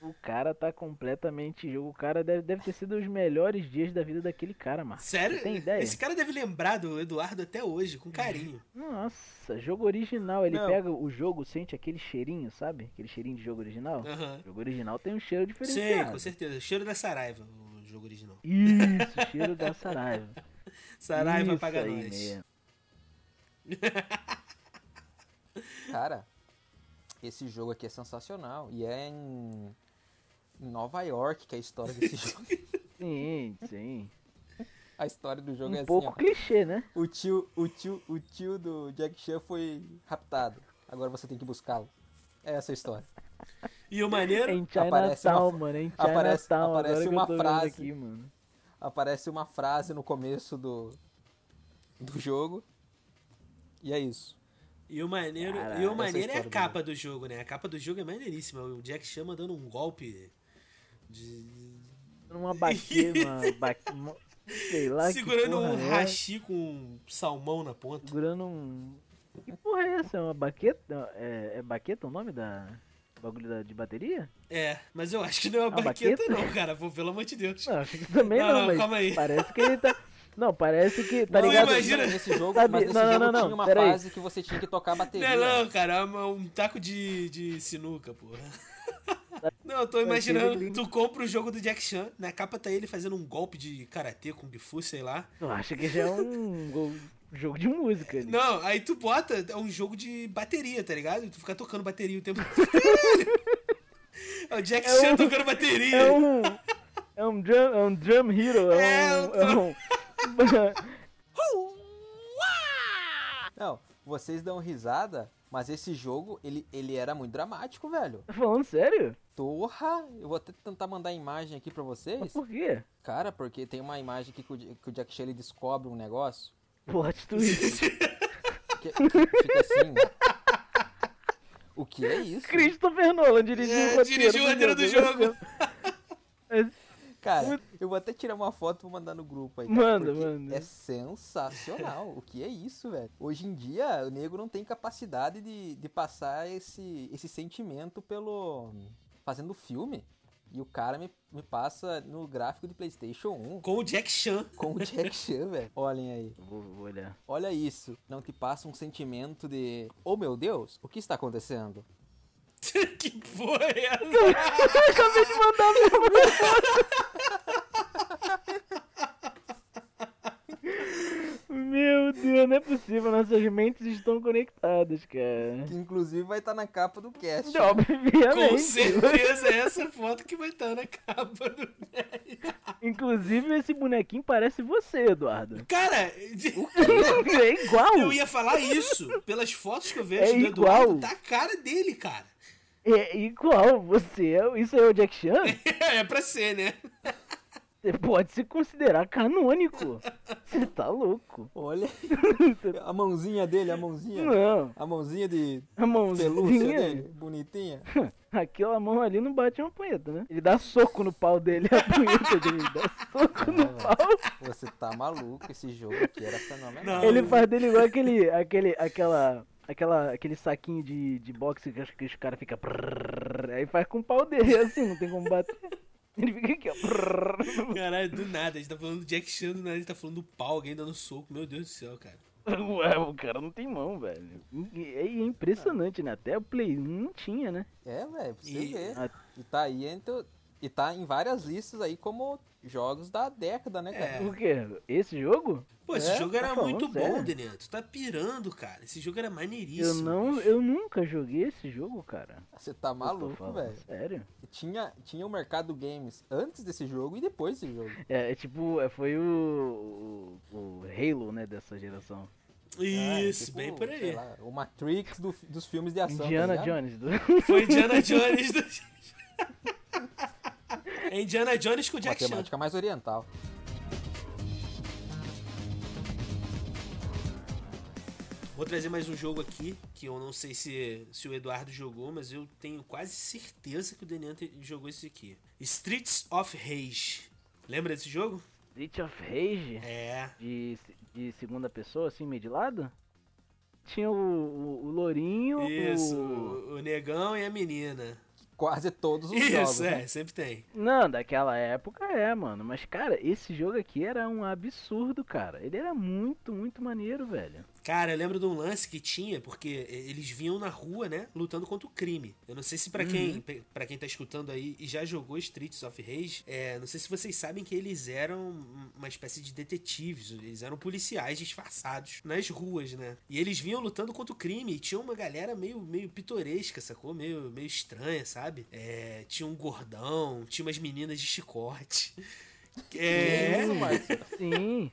Speaker 1: O cara tá completamente jogo. O cara deve, deve ter sido os melhores dias da vida daquele cara, Marcos.
Speaker 3: Sério?
Speaker 1: Você tem ideia?
Speaker 3: Esse cara deve lembrar do Eduardo até hoje, com carinho.
Speaker 1: Nossa, jogo original. Ele
Speaker 2: Não.
Speaker 1: pega o jogo, sente aquele cheirinho, sabe? Aquele cheirinho de jogo original.
Speaker 3: Aham.
Speaker 1: Jogo original tem um cheiro
Speaker 3: Sei,
Speaker 1: diferenciado.
Speaker 3: É. com certeza. Cheiro da Saraiva, o jogo original.
Speaker 1: Isso, cheiro da Saraiva.
Speaker 3: Saraiva
Speaker 1: Isso
Speaker 3: paga
Speaker 1: aí
Speaker 3: nós.
Speaker 1: mesmo.
Speaker 2: Cara, esse jogo aqui é sensacional. E é em, em Nova York que é a história desse jogo.
Speaker 1: Sim, sim.
Speaker 2: A história do jogo é
Speaker 1: Um
Speaker 2: assim,
Speaker 1: pouco
Speaker 2: ó.
Speaker 1: clichê, né?
Speaker 2: O tio, o tio, o tio do Jack Chan foi raptado. Agora você tem que buscá-lo. É essa a história.
Speaker 3: E o maneiro?
Speaker 1: Em
Speaker 2: Aparece uma
Speaker 1: Chinatown,
Speaker 2: fra-
Speaker 1: mano. Em Chinatown.
Speaker 2: aparece-
Speaker 1: agora
Speaker 2: aparece
Speaker 1: que eu
Speaker 2: uma
Speaker 1: tô vendo
Speaker 2: frase.
Speaker 1: Aqui, mano.
Speaker 2: Aparece uma frase no começo do do jogo. E é isso.
Speaker 3: E o maneiro,
Speaker 1: Caralho,
Speaker 3: e o
Speaker 1: essa
Speaker 3: maneiro é
Speaker 2: história
Speaker 3: a
Speaker 2: do
Speaker 3: capa do jogo, né? A capa do jogo é maneiríssima. O Jack Chan mandando um golpe de.
Speaker 1: Numa baqueta, uma baque- uma- Sei lá que
Speaker 3: segurando
Speaker 1: porra
Speaker 3: um
Speaker 1: é.
Speaker 3: hashi com um salmão na ponta.
Speaker 1: Segurando um... Que porra é essa? É uma baqueta? É, é baqueta o nome da... Bagulho da- de bateria?
Speaker 3: É, mas eu acho que não é uma
Speaker 1: Ah,
Speaker 3: baqueta,
Speaker 1: baqueta?
Speaker 3: não, cara. Pô, pelo amor de Deus.
Speaker 1: Não, acho que também
Speaker 3: Não,
Speaker 1: não,
Speaker 3: não,
Speaker 1: mas
Speaker 3: calma aí.
Speaker 1: parece que ele tá... Não, parece que... Tá
Speaker 2: Não,
Speaker 1: ligado?
Speaker 2: mas
Speaker 3: imagina-
Speaker 2: Nesse jogo,
Speaker 1: Sabe-
Speaker 2: mas nesse
Speaker 1: não, não,
Speaker 2: jogo
Speaker 1: não, não,
Speaker 2: tinha uma
Speaker 1: peraí.
Speaker 2: fase que você tinha que tocar a
Speaker 3: Não,
Speaker 2: bateria.
Speaker 3: é não, cara, é uma- um taco de, de sinuca, porra. Não, eu tô
Speaker 1: aquele
Speaker 3: imaginando,
Speaker 1: link.
Speaker 3: tu compra o jogo do Jack Chan, na capa tá ele fazendo um golpe de karatê, kung fu, sei lá.
Speaker 1: Eu acho que já é um go- jogo de música. ali.
Speaker 3: Não, aí tu bota, é um jogo de bateria, tá ligado? Tu fica tocando bateria o tempo É o Jack
Speaker 1: É
Speaker 3: Chan
Speaker 1: um-
Speaker 3: tocando bateria.
Speaker 1: É um... É um drum, é um drum hero.
Speaker 3: É,
Speaker 1: É um... É um...
Speaker 2: Não, vocês dão risada, mas esse jogo, ele, ele era muito dramático, velho.
Speaker 1: Tá Falando sério?
Speaker 2: Torra! Eu vou até tentar mandar a imagem aqui pra vocês.
Speaker 1: Por quê?
Speaker 2: Cara, porque tem uma imagem aqui que o, J- que o Jack Chan ele descobre um negócio
Speaker 1: Plot twist.
Speaker 2: que, que fica assim. O que é isso?
Speaker 1: Christopher Nolan dirigiu
Speaker 3: É,
Speaker 1: o roteiro
Speaker 3: dirigiu o roteiro do jogo.
Speaker 1: Mas-
Speaker 2: Cara, eu vou até tirar uma foto e vou mandar no grupo aí. cara,
Speaker 1: Manda,
Speaker 2: porque
Speaker 1: manda.
Speaker 2: É sensacional. O que é isso, velho? Hoje em dia, o negro não tem capacidade de, de passar esse, esse sentimento pelo. fazendo filme. E o cara me, me passa no gráfico de PlayStation 1
Speaker 3: Com o Jack Chan.
Speaker 2: com o Jack Chan, velho. Olhem aí.
Speaker 1: Vou, vou olhar.
Speaker 2: Olha isso. Não te passa um sentimento de. Oh meu Deus, o que está acontecendo?
Speaker 3: que porra é essa?
Speaker 1: Acabei de mandar no grupo. Meu Deus, não é possível. Nossas mentes estão conectadas, cara.
Speaker 2: Que inclusive vai estar na capa do cast.
Speaker 3: Com
Speaker 1: Obviamente.
Speaker 3: certeza é essa foto que vai estar na capa do
Speaker 1: Inclusive, esse bonequinho parece você, Eduardo.
Speaker 3: Cara,
Speaker 1: É igual.
Speaker 3: eu ia falar isso. Pelas fotos que eu vejo
Speaker 1: É
Speaker 3: do
Speaker 1: igual.
Speaker 3: Eduardo, tá a cara dele, cara.
Speaker 1: É igual você. é- Isso é o Jack Chan?
Speaker 3: É pra ser, né?
Speaker 1: Você pode se considerar canônico. Você tá louco.
Speaker 2: Olha. A mãozinha dele, a mãozinha.
Speaker 1: Não.
Speaker 2: A mãozinha de
Speaker 1: A
Speaker 2: pelúcia
Speaker 1: mãozinha.
Speaker 2: dele, bonitinha.
Speaker 1: Aquela mão ali não bate uma punheta, né? Ele dá soco no pau dele, a punheta dele dá soco no pau.
Speaker 2: Você tá maluco, esse jogo aqui era fenomenal.
Speaker 3: Não.
Speaker 1: Ele faz dele igual aquele, aquele, aquela, aquela, aquele saquinho de, de boxe que, acho que os caras ficam... Aí faz com o pau dele, assim, não tem como bater. Ele fica aqui, ó. prrr.
Speaker 3: Caralho, do nada. A gente tá falando do Jack Chan, do nada ele tá falando do pau, alguém dando soco. Meu Deus do céu, cara.
Speaker 1: Ué, o cara não tem mão, velho. E é impressionante, né? Até o Play 1 não tinha, né?
Speaker 2: É, velho, pra você
Speaker 3: E-
Speaker 2: ver.
Speaker 1: Ah.
Speaker 2: E tá aí entre. E tá em várias listas aí como jogos da década, né, cara?
Speaker 1: Por quê? Esse jogo?
Speaker 3: Pô, esse
Speaker 2: É,
Speaker 3: jogo era
Speaker 1: tá falando
Speaker 3: muito bom,
Speaker 1: sério?
Speaker 3: Denê. Tu tá pirando, cara. Esse jogo era maneiríssimo.
Speaker 1: Eu não, eu nunca joguei esse jogo, cara.
Speaker 3: É.
Speaker 2: Você tá
Speaker 1: Eu tô
Speaker 2: maluco,
Speaker 1: falando
Speaker 2: velho.
Speaker 1: Sério?
Speaker 2: Tinha, tinha o mercado games antes desse jogo e depois desse jogo.
Speaker 1: É, é tipo, é, foi o, o, o Halo, né, dessa geração.
Speaker 3: Isso,
Speaker 2: Ah, tipo,
Speaker 3: bem por
Speaker 2: sei
Speaker 3: aí.
Speaker 2: lá, o Matrix do- dos filmes de ação. tá
Speaker 1: Indiana
Speaker 2: ligado?
Speaker 1: Jones. Do...
Speaker 3: Foi Indiana Jones do. É Indiana Jones com o Jack Chan.
Speaker 2: Matemática mais oriental.
Speaker 3: Vou trazer mais um jogo aqui, que eu não sei se, se o Eduardo jogou, mas eu tenho quase certeza que o Daniel te- jogou esse aqui. Streets of Rage. Lembra desse jogo?
Speaker 1: Street of Rage?
Speaker 3: É.
Speaker 1: De, se- de segunda pessoa, assim, meio de lado? Tinha o, o, o Lourinho,
Speaker 3: Isso,
Speaker 1: o...
Speaker 3: o, o negão e a menina.
Speaker 2: Quase todos os jogos.
Speaker 3: Isso,
Speaker 2: né?
Speaker 3: é, sempre tem.
Speaker 1: Não, daquela época é, mano. Mas, cara, esse jogo aqui era um absurdo, cara. Ele era muito, muito maneiro, velho.
Speaker 3: Cara, eu lembro de um lance que tinha, porque eles vinham na rua, né, lutando contra o crime. Eu não sei se pra quem para quem tá escutando aí e já jogou Streets of Rage, é, não sei se vocês sabem que eles eram uma espécie de detetives, eles eram policiais disfarçados nas ruas, né? E eles vinham lutando contra o crime e tinha uma galera meio, meio pitoresca, sacou? Meio, meio estranha, sabe? É, tinha um gordão, tinha umas meninas de chicote. É,
Speaker 2: Isso, mano.
Speaker 1: Sim.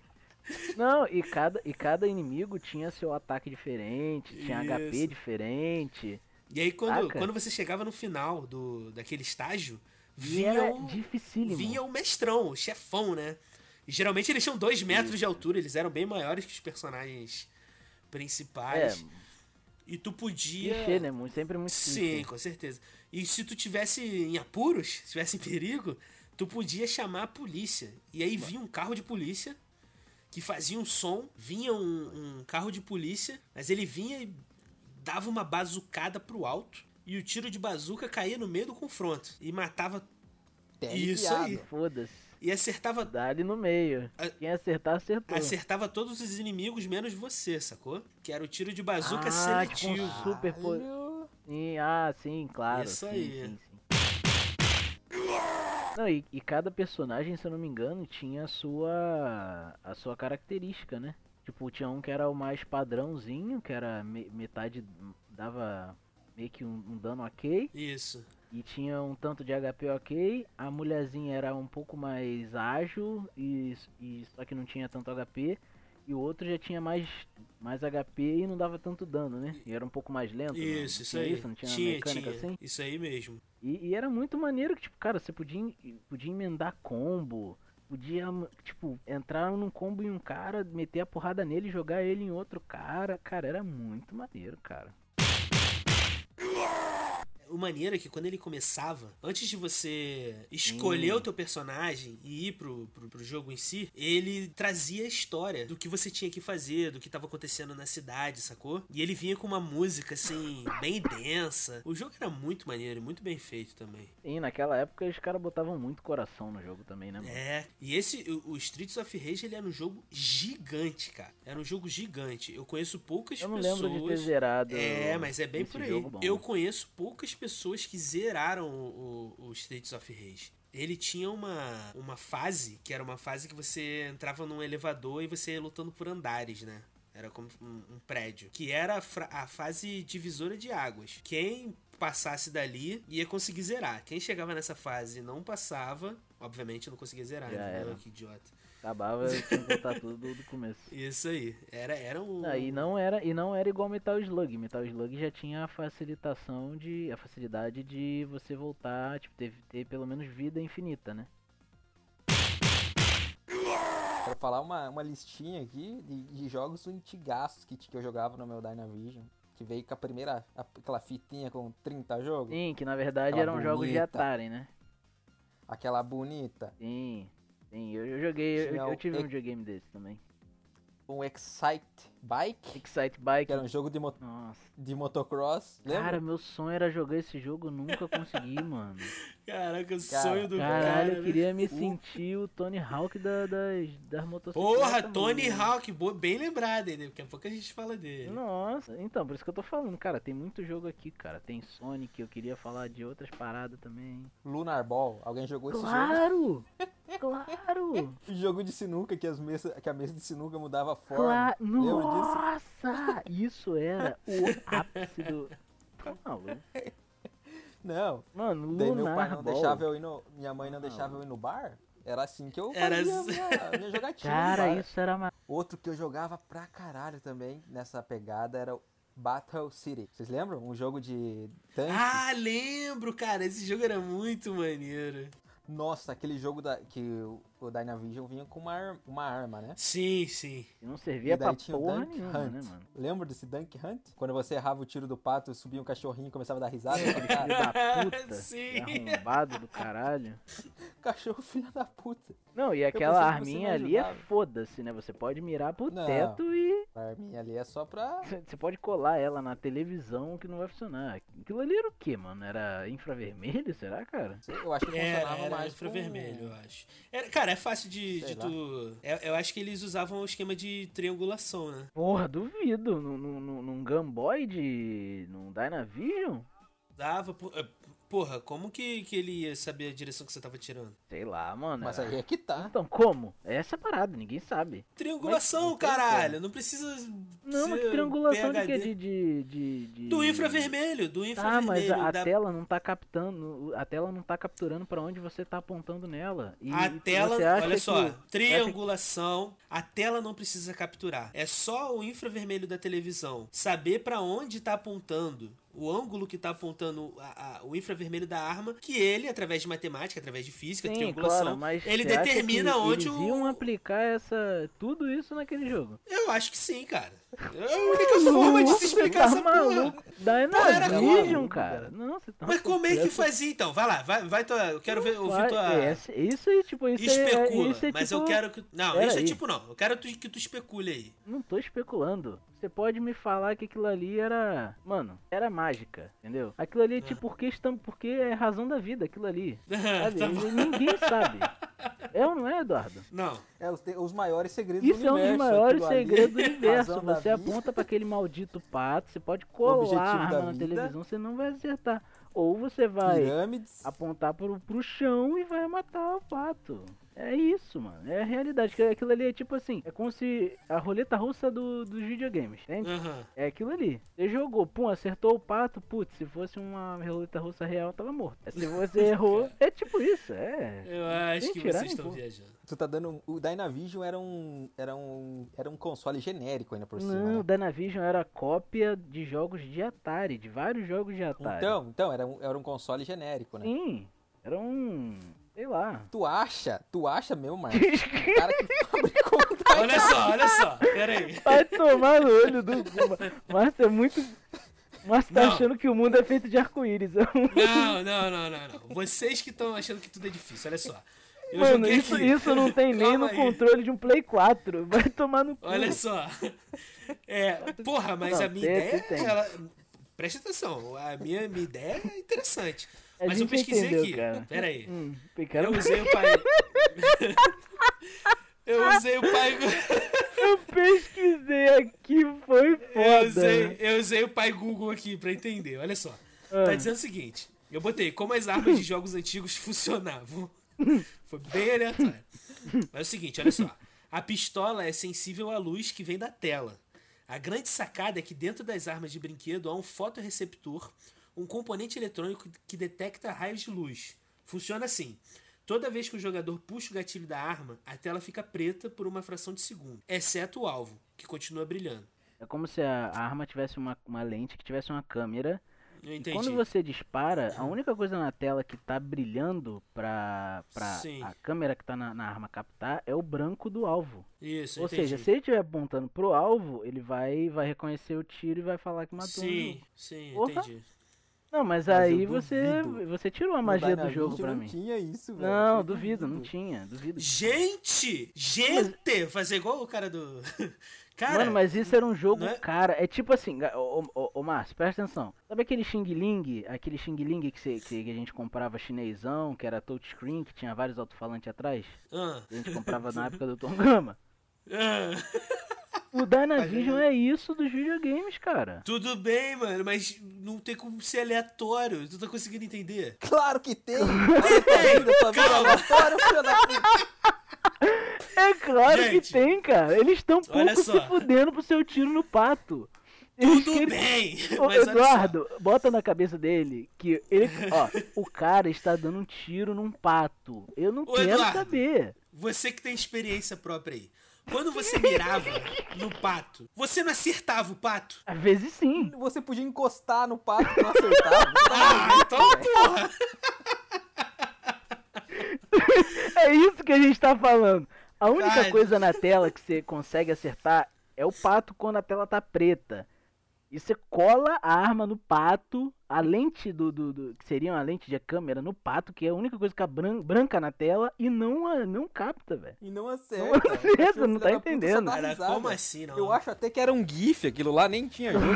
Speaker 1: Não, e cada, e cada inimigo tinha seu ataque diferente, tinha
Speaker 3: Isso.
Speaker 1: HP diferente.
Speaker 3: E aí quando,
Speaker 1: Saca?
Speaker 3: quando você chegava no final do daquele estágio,
Speaker 1: E
Speaker 3: vinha,
Speaker 1: era
Speaker 3: o,
Speaker 1: dificílimo.
Speaker 3: vinha um o mestrão, o chefão, né? E geralmente eles tinham dois metros de altura, eles eram bem maiores que os personagens
Speaker 1: É,
Speaker 3: principais. E tu podia.
Speaker 1: clichê, né? Muito- Sempre muito
Speaker 3: Sim,
Speaker 1: clichê.
Speaker 3: com certeza. E se tu tivesse em apuros, se tivesse em perigo, tu podia chamar a polícia. E aí vinha um carro de polícia que fazia um som, vinha um, um carro de polícia, mas ele vinha e dava uma bazucada pro alto e o tiro de bazuca caía no meio do confronto e matava
Speaker 2: Até
Speaker 3: Isso
Speaker 2: enfiado.
Speaker 3: aí.
Speaker 1: Foda-se.
Speaker 3: e acertava
Speaker 1: Dá-lhe no meio.
Speaker 3: A-
Speaker 1: Quem acertar, acertou.
Speaker 3: acertava todos os inimigos menos você, sacou? Que era o tiro de bazuca
Speaker 1: ah, tipo,
Speaker 3: é seletivo.
Speaker 1: um super po-
Speaker 2: Caralho.
Speaker 1: Sim, ah, sim, claro.
Speaker 3: Isso
Speaker 1: sim,
Speaker 3: aí.
Speaker 1: sim, sim. Não, e, e cada personagem, se eu não me engano, tinha a sua a sua característica, né? Tipo, tinha um que era o mais padrãozinho, que era me- metade dava meio que um, um dano ok,
Speaker 3: Isso.
Speaker 1: e tinha um tanto de HP ok. A mulherzinha era um pouco mais ágil e, e só que não tinha tanto HP. E o outro já tinha mais, mais HP e não dava tanto dano, né? E era um pouco mais lento. não- não
Speaker 3: Isso, isso
Speaker 1: tinha
Speaker 3: aí.
Speaker 1: Não tinha,
Speaker 3: tinha,
Speaker 1: mecânica
Speaker 3: tinha.
Speaker 1: assim?
Speaker 3: Isso aí mesmo.
Speaker 1: E, e era muito maneiro que, tipo, cara, você podia, em- podia emendar combo. Podia, tipo, entrar num combo em um cara, meter a porrada nele, jogar ele em outro cara. Cara, era muito maneiro, cara.
Speaker 3: O maneiro é que quando ele começava, antes de você escolher
Speaker 1: Hum.
Speaker 3: o teu personagem e ir pro, pro, pro jogo em si, ele trazia a história do que você tinha que fazer, do que tava acontecendo na cidade, sacou? E ele vinha com uma música, assim, bem densa. O jogo era muito maneiro e muito bem feito também.
Speaker 1: E naquela época os caras botavam muito coração no jogo também, né, mano?
Speaker 3: É, e esse, o- o Streets of Rage, ele era um jogo gigante, cara. Era um jogo gigante. Eu conheço poucas
Speaker 1: Eu não
Speaker 3: pessoas...
Speaker 1: lembro de ter zerado.
Speaker 3: É, mas é
Speaker 1: Então,
Speaker 3: bem
Speaker 1: esse
Speaker 3: por aí.
Speaker 1: jogo bom,
Speaker 3: Eu
Speaker 1: né?
Speaker 3: conheço poucas pessoas que zeraram o, o, o Streets of Rage. Ele tinha uma, uma fase, que era uma fase que você entrava num elevador e você ia lutando por andares, né? Era como um, um prédio. Que era a, fra- a fase divisora de águas. Quem passasse dali ia conseguir zerar. Quem chegava nessa fase e não passava, obviamente não conseguia zerar.
Speaker 1: Já
Speaker 3: né?
Speaker 1: era.
Speaker 3: Que idiota.
Speaker 1: Acabava, tinha que botar tudo do- do começo.
Speaker 3: Isso aí. Era, era um.
Speaker 1: Não, e não era e não era igual Metal Slug. Metal Slug já tinha a facilitação de a facilidade de você voltar, tipo, ter, ter pelo menos vida infinita, né?
Speaker 2: Pra falar uma, uma listinha aqui de, de jogos antigaços que, t- que eu jogava no meu Dynavision. Que veio com a primeira, a- aquela fitinha com 30 jogos.
Speaker 1: Sim, que na verdade
Speaker 3: Tá
Speaker 2: Aquela
Speaker 1: eram jogos de
Speaker 2: bonita.
Speaker 1: Atari, né?
Speaker 2: Aquela bonita.
Speaker 1: Sim. Sim, eu, eu joguei, eu,
Speaker 2: Tinha
Speaker 1: eu
Speaker 2: o
Speaker 1: tive
Speaker 2: Ex-
Speaker 1: um videogame desse também.
Speaker 2: Um Excite Bike,
Speaker 1: Excite Bike.
Speaker 2: que era um jogo de, mo-
Speaker 1: Nossa.
Speaker 2: de motocross. Lembra?
Speaker 1: Cara, meu sonho era jogar esse jogo, eu nunca consegui, mano.
Speaker 3: Caraca, o
Speaker 2: Cara,
Speaker 3: sonho do
Speaker 1: Caralho,
Speaker 3: cara.
Speaker 1: eu
Speaker 3: né?
Speaker 1: queria me sentir o Tony Hawk da- das, das motocicletas.
Speaker 3: Porra, Tony
Speaker 2: né?
Speaker 1: mano.
Speaker 3: Hawk, boa, bem lembrado, hein? Daqui a pouco a gente fala dele.
Speaker 1: Nossa, então, por isso que eu tô falando, cara, tem muito jogo aqui, cara. Tem Sonic, eu queria falar de outras paradas também.
Speaker 2: Lunar Ball. Alguém jogou esse jogo?
Speaker 1: Claro! Claro!
Speaker 2: Jogo de sinuca, que, as mesa, que a mesa de sinuca mudava a forma.
Speaker 1: Claro!
Speaker 2: Lembra disso?
Speaker 1: Nossa! Isso era o ápice do. Tá maluco?
Speaker 2: Não.
Speaker 1: Mano,
Speaker 2: Daí meu pai
Speaker 1: Lunar
Speaker 2: não
Speaker 1: Ball.
Speaker 2: deixava eu ir no. Minha mãe não
Speaker 1: Ah,
Speaker 2: deixava eu ir no bar. Era assim que eu
Speaker 3: Era
Speaker 2: fazia a
Speaker 3: assim.
Speaker 2: minha, a minha jogatina. no
Speaker 1: Cara,
Speaker 2: bar.
Speaker 1: isso era uma.
Speaker 2: Outro que eu jogava pra caralho também nessa pegada era o Battle City. Vocês lembram? Um jogo de tanque.
Speaker 3: Ah, lembro, cara. Esse jogo era muito maneiro.
Speaker 2: Nossa, aquele jogo da, que o- o Dynavision vinha com uma, ar- uma arma, né?
Speaker 3: Sim, sim.
Speaker 1: E não servia
Speaker 2: E daí
Speaker 1: pra
Speaker 2: tinha o
Speaker 1: porra
Speaker 2: Dunk
Speaker 1: nenhuma,
Speaker 2: Hunt.
Speaker 1: né, mano?
Speaker 2: Lembra desse Dunk Hunt? Quando você errava o tiro do pato, subia um cachorrinho e começava a dar risada.
Speaker 1: Filho
Speaker 2: cara?
Speaker 1: da puta,
Speaker 3: Sim.
Speaker 1: arrombado do caralho.
Speaker 2: Cachorro, filha da puta.
Speaker 1: Não, e
Speaker 2: pensei
Speaker 1: aquela
Speaker 2: que você
Speaker 1: arminha
Speaker 2: não
Speaker 1: ali é
Speaker 2: ajudava.
Speaker 1: foda-se, né? Você pode mirar pro
Speaker 2: Não.
Speaker 1: teto e
Speaker 2: A arminha ali é só pra.
Speaker 1: você pode colar ela na televisão que não vai funcionar. Aquilo ali era o quê, mano? Era infravermelho, será, cara?
Speaker 2: Eu acho que
Speaker 3: Era,
Speaker 2: funcionava
Speaker 3: era
Speaker 2: mais.
Speaker 3: infravermelho, eu acho. Era- cara, é fácil de,
Speaker 2: Sei
Speaker 3: de
Speaker 2: lá.
Speaker 3: tu. Eu, eu acho que eles usavam o esquema de triangulação, né?
Speaker 1: Porra, duvido. Num, num, num- num Gamboid, num Dynavision?
Speaker 3: Dava. por- eh, Porra, como que, que ele ia saber a direção que você tava tirando?
Speaker 1: Sei lá, mano.
Speaker 2: Mas
Speaker 1: era-
Speaker 2: aí é que tá.
Speaker 1: Então, como? Essa é a parada, ninguém sabe.
Speaker 3: Triangulação,
Speaker 2: não tem
Speaker 3: caralho! Não precisa.
Speaker 1: Não, mas que
Speaker 3: ser
Speaker 1: triangulação de
Speaker 3: PhD.
Speaker 1: quê? De, de, de, de...
Speaker 3: Do infravermelho, do
Speaker 1: Tá, mas
Speaker 3: infravermelho.
Speaker 1: a, a
Speaker 3: da-
Speaker 1: tela não tá captando, a tela não tá capturando pra onde você tá apontando nela. E,
Speaker 3: A
Speaker 1: e
Speaker 3: tela,
Speaker 1: você acha
Speaker 3: olha só,
Speaker 1: que-
Speaker 3: triangulação, a tela não precisa capturar. É só o infravermelho da televisão saber pra onde tá apontando, o ângulo que tá apontando a- a- o infravermelho da arma, que ele, através de matemática, através de física,
Speaker 1: Sim,
Speaker 3: triangulação,
Speaker 1: claro, mas
Speaker 3: ele
Speaker 1: você acha
Speaker 3: determina
Speaker 1: que
Speaker 3: onde
Speaker 1: eles
Speaker 3: o-
Speaker 1: iam aplicar essa tudo isso naquele jogo.
Speaker 3: Eu acho que sim, cara. É a única forma de se explicar
Speaker 1: você
Speaker 3: essa
Speaker 1: tá
Speaker 3: porra.
Speaker 1: maluco.
Speaker 3: Porra, era
Speaker 1: Dynavision,
Speaker 2: maluco,
Speaker 1: cara.
Speaker 2: cara.
Speaker 1: Não, você tá
Speaker 3: Mas como é que
Speaker 1: completo-
Speaker 3: fazia então? Vai lá, vai, vai tua, eu quero ver, ouvir tua
Speaker 1: É, isso aí, tipo, isso aí é,
Speaker 3: especula,
Speaker 1: isso é,
Speaker 3: mas
Speaker 1: tipo,
Speaker 3: eu quero que Não,
Speaker 1: Pera
Speaker 3: isso é
Speaker 1: aí.
Speaker 3: tipo não. Eu quero tu- que tu especule aí.
Speaker 1: Não tô especulando. Você pode me falar que aquilo ali era. Mano, era mágica, entendeu? Aquilo ali é tipo, porque estamos. Porque é razão da vida, aquilo ali. Sabe?
Speaker 3: Tá bom.
Speaker 1: E Ninguém sabe. É ou não é, Eduardo?
Speaker 3: Não.
Speaker 2: É os, te- os maiores segredos
Speaker 1: Isso
Speaker 2: do
Speaker 1: é um
Speaker 2: universo.
Speaker 1: dos maiores
Speaker 2: aquilo ali.
Speaker 1: segredos do universo.
Speaker 2: Razão da
Speaker 1: Você é
Speaker 2: vida.
Speaker 1: aponta pra aquele maldito pato, você pode colar a
Speaker 2: Objetivo da
Speaker 1: arma na
Speaker 2: vida.
Speaker 1: televisão, você não vai acertar. Ou você vai
Speaker 2: Pirâmides.
Speaker 1: apontar pro, pro chão e vai matar o pato. É isso, mano. É a realidade. Que Aquilo ali é tipo assim, é como se a roleta russa do, dos videogames, entende?
Speaker 3: Aham.
Speaker 1: É aquilo ali. Você jogou, pum, acertou o pato, putz, se fosse uma roleta russa real, tava morto. Se você errou, é tipo isso, é.
Speaker 3: Eu acho
Speaker 1: Sem
Speaker 3: que
Speaker 1: tirar
Speaker 3: vocês
Speaker 1: nem
Speaker 3: estão
Speaker 1: pôr.
Speaker 3: viajando.
Speaker 2: Tu tá dando. um- O Dynavision era um. Era um. Era um console genérico ainda por cima.
Speaker 1: Não, o
Speaker 2: né?
Speaker 1: Dynavision era cópia de jogos de Atari, de vários jogos de Atari.
Speaker 2: Então, então era, um, era um console genérico, né?
Speaker 1: Sim, era um. sei lá.
Speaker 2: Tu acha? Tu acha mesmo, Marcos? o cara que fabricou o Dynavision.
Speaker 3: Olha só, olha só. Pera aí.
Speaker 1: Vai tomar no olho do. Márcio é muito. Márcio tá
Speaker 3: Não.
Speaker 1: achando que o mundo é feito de arco-íris. É um-
Speaker 3: Não, não, não, não, não. Vocês que estão achando que tudo é difícil, olha só. Eu
Speaker 1: Mano,
Speaker 3: joguei
Speaker 1: isso,
Speaker 3: aqui.
Speaker 1: isso não tem nem
Speaker 3: Calma
Speaker 1: no
Speaker 3: aí.
Speaker 1: controle de um Play 4. Vai tomar no cu.
Speaker 3: Olha só. É, porra, mas
Speaker 1: Não,
Speaker 3: a minha
Speaker 1: tem,
Speaker 3: ideia.
Speaker 1: tem, tem.
Speaker 3: Ela... Presta atenção, a minha, minha ideia é interessante.
Speaker 1: A
Speaker 3: mas eu
Speaker 1: gente
Speaker 3: pesquisei
Speaker 1: entendeu,
Speaker 3: aqui.
Speaker 1: cara.
Speaker 3: Pera aí.
Speaker 1: Hum, cara,
Speaker 3: Eu usei o pai. eu usei o pai.
Speaker 1: eu pesquisei aqui, foi foda.
Speaker 3: Eu usei, eu usei o pai Google aqui pra entender, olha só. Tá
Speaker 1: Ah.
Speaker 3: dizendo o seguinte: eu botei como as armas de jogos antigos funcionavam. Foi bem aleatório. Mas é o seguinte, olha só. A pistola é sensível à luz que vem da tela. A grande sacada é que dentro das armas de brinquedo há um fotorreceptor, um componente eletrônico que detecta raios de luz. Funciona assim. Toda vez que o jogador puxa o gatilho da arma, a tela fica preta por uma fração de segundo, exceto o alvo, que continua brilhando.
Speaker 1: É como se a a arma tivesse uma, uma lente que tivesse uma câmera.
Speaker 3: Eu
Speaker 1: E
Speaker 3: entendi.
Speaker 1: quando você dispara, a única coisa na tela que tá brilhando pra, pra
Speaker 3: Sim.
Speaker 1: a câmera que tá na, na arma captar é o branco do alvo.
Speaker 3: Isso, eu
Speaker 1: Ou
Speaker 3: entendi.
Speaker 1: seja, se ele estiver apontando pro alvo, ele vai, vai reconhecer o tiro e vai falar que matou. um
Speaker 3: Sim,
Speaker 1: jogo.
Speaker 3: sim,
Speaker 1: Porra.
Speaker 3: entendi.
Speaker 1: Não, mas,
Speaker 2: Mas
Speaker 1: aí
Speaker 2: eu
Speaker 1: você
Speaker 2: duvido.
Speaker 1: você tirou a
Speaker 2: No
Speaker 1: magia do
Speaker 2: Dynavision
Speaker 1: jogo pra
Speaker 2: não
Speaker 1: mim.
Speaker 2: tinha isso, velho.
Speaker 1: Não,
Speaker 2: Eu
Speaker 1: duvido, não tinha, duvido.
Speaker 3: Gente! Gente! Fazer igual o cara do. Cara,
Speaker 1: Mano, mas isso era um jogo,
Speaker 3: não é-
Speaker 1: cara. É tipo assim, ga- ô, ô, ô, ô, Márcio, presta atenção. Sabe aquele Xing Ling? Aquele Xing Ling que, cê- que a gente comprava chinesão, que era touchscreen, que tinha vários alto-falantes atrás?
Speaker 3: Ah,
Speaker 1: Que a gente comprava na época do Tom Gama.
Speaker 3: ah.
Speaker 1: O Dynavision é isso dos videogames, cara.
Speaker 3: Tudo bem, mano, mas não tem como ser aleatório. Tu tá conseguindo entender?
Speaker 2: Claro que tem! Você tá vendo a tua vida aleatória, filho da puta?
Speaker 1: É claro que
Speaker 3: Gente,
Speaker 1: tem, cara. Eles estão pouco
Speaker 3: olha
Speaker 1: se
Speaker 3: só.
Speaker 1: fudendo pro seu tiro no pato. Eles
Speaker 3: Tudo
Speaker 1: querem-
Speaker 3: bem!
Speaker 1: Ô,
Speaker 3: Mas olha só.
Speaker 1: Eduardo, bota na cabeça dele que ele, ó, o cara está dando um tiro num pato. Eu não
Speaker 3: Ô,
Speaker 1: quero
Speaker 3: Eduardo.
Speaker 1: saber.
Speaker 3: Você que tem experiência própria aí. Quando você mirava no pato, você não acertava o pato?
Speaker 1: Às vezes sim.
Speaker 2: Você podia encostar no pato e não acertar.
Speaker 3: Ah, então porra!
Speaker 1: É isso que a gente tá falando. A única
Speaker 3: Cara.
Speaker 1: coisa na tela que você consegue acertar é o pato quando a tela tá preta. E você cola a arma no pato, a lente do, do- do- que seria uma lente de câmera no pato, que é a única coisa que é bran- branca na tela e não a- não capta, velho.
Speaker 2: E não acerta.
Speaker 1: Não acerta,
Speaker 2: Eu acho que o
Speaker 1: não
Speaker 2: filho
Speaker 1: tá
Speaker 2: da puta só
Speaker 1: entendendo.
Speaker 2: dá
Speaker 3: Cara, assim?
Speaker 2: risada.
Speaker 3: como assim, não?
Speaker 2: Eu acho até que era um GIF aquilo lá, nem tinha jogo.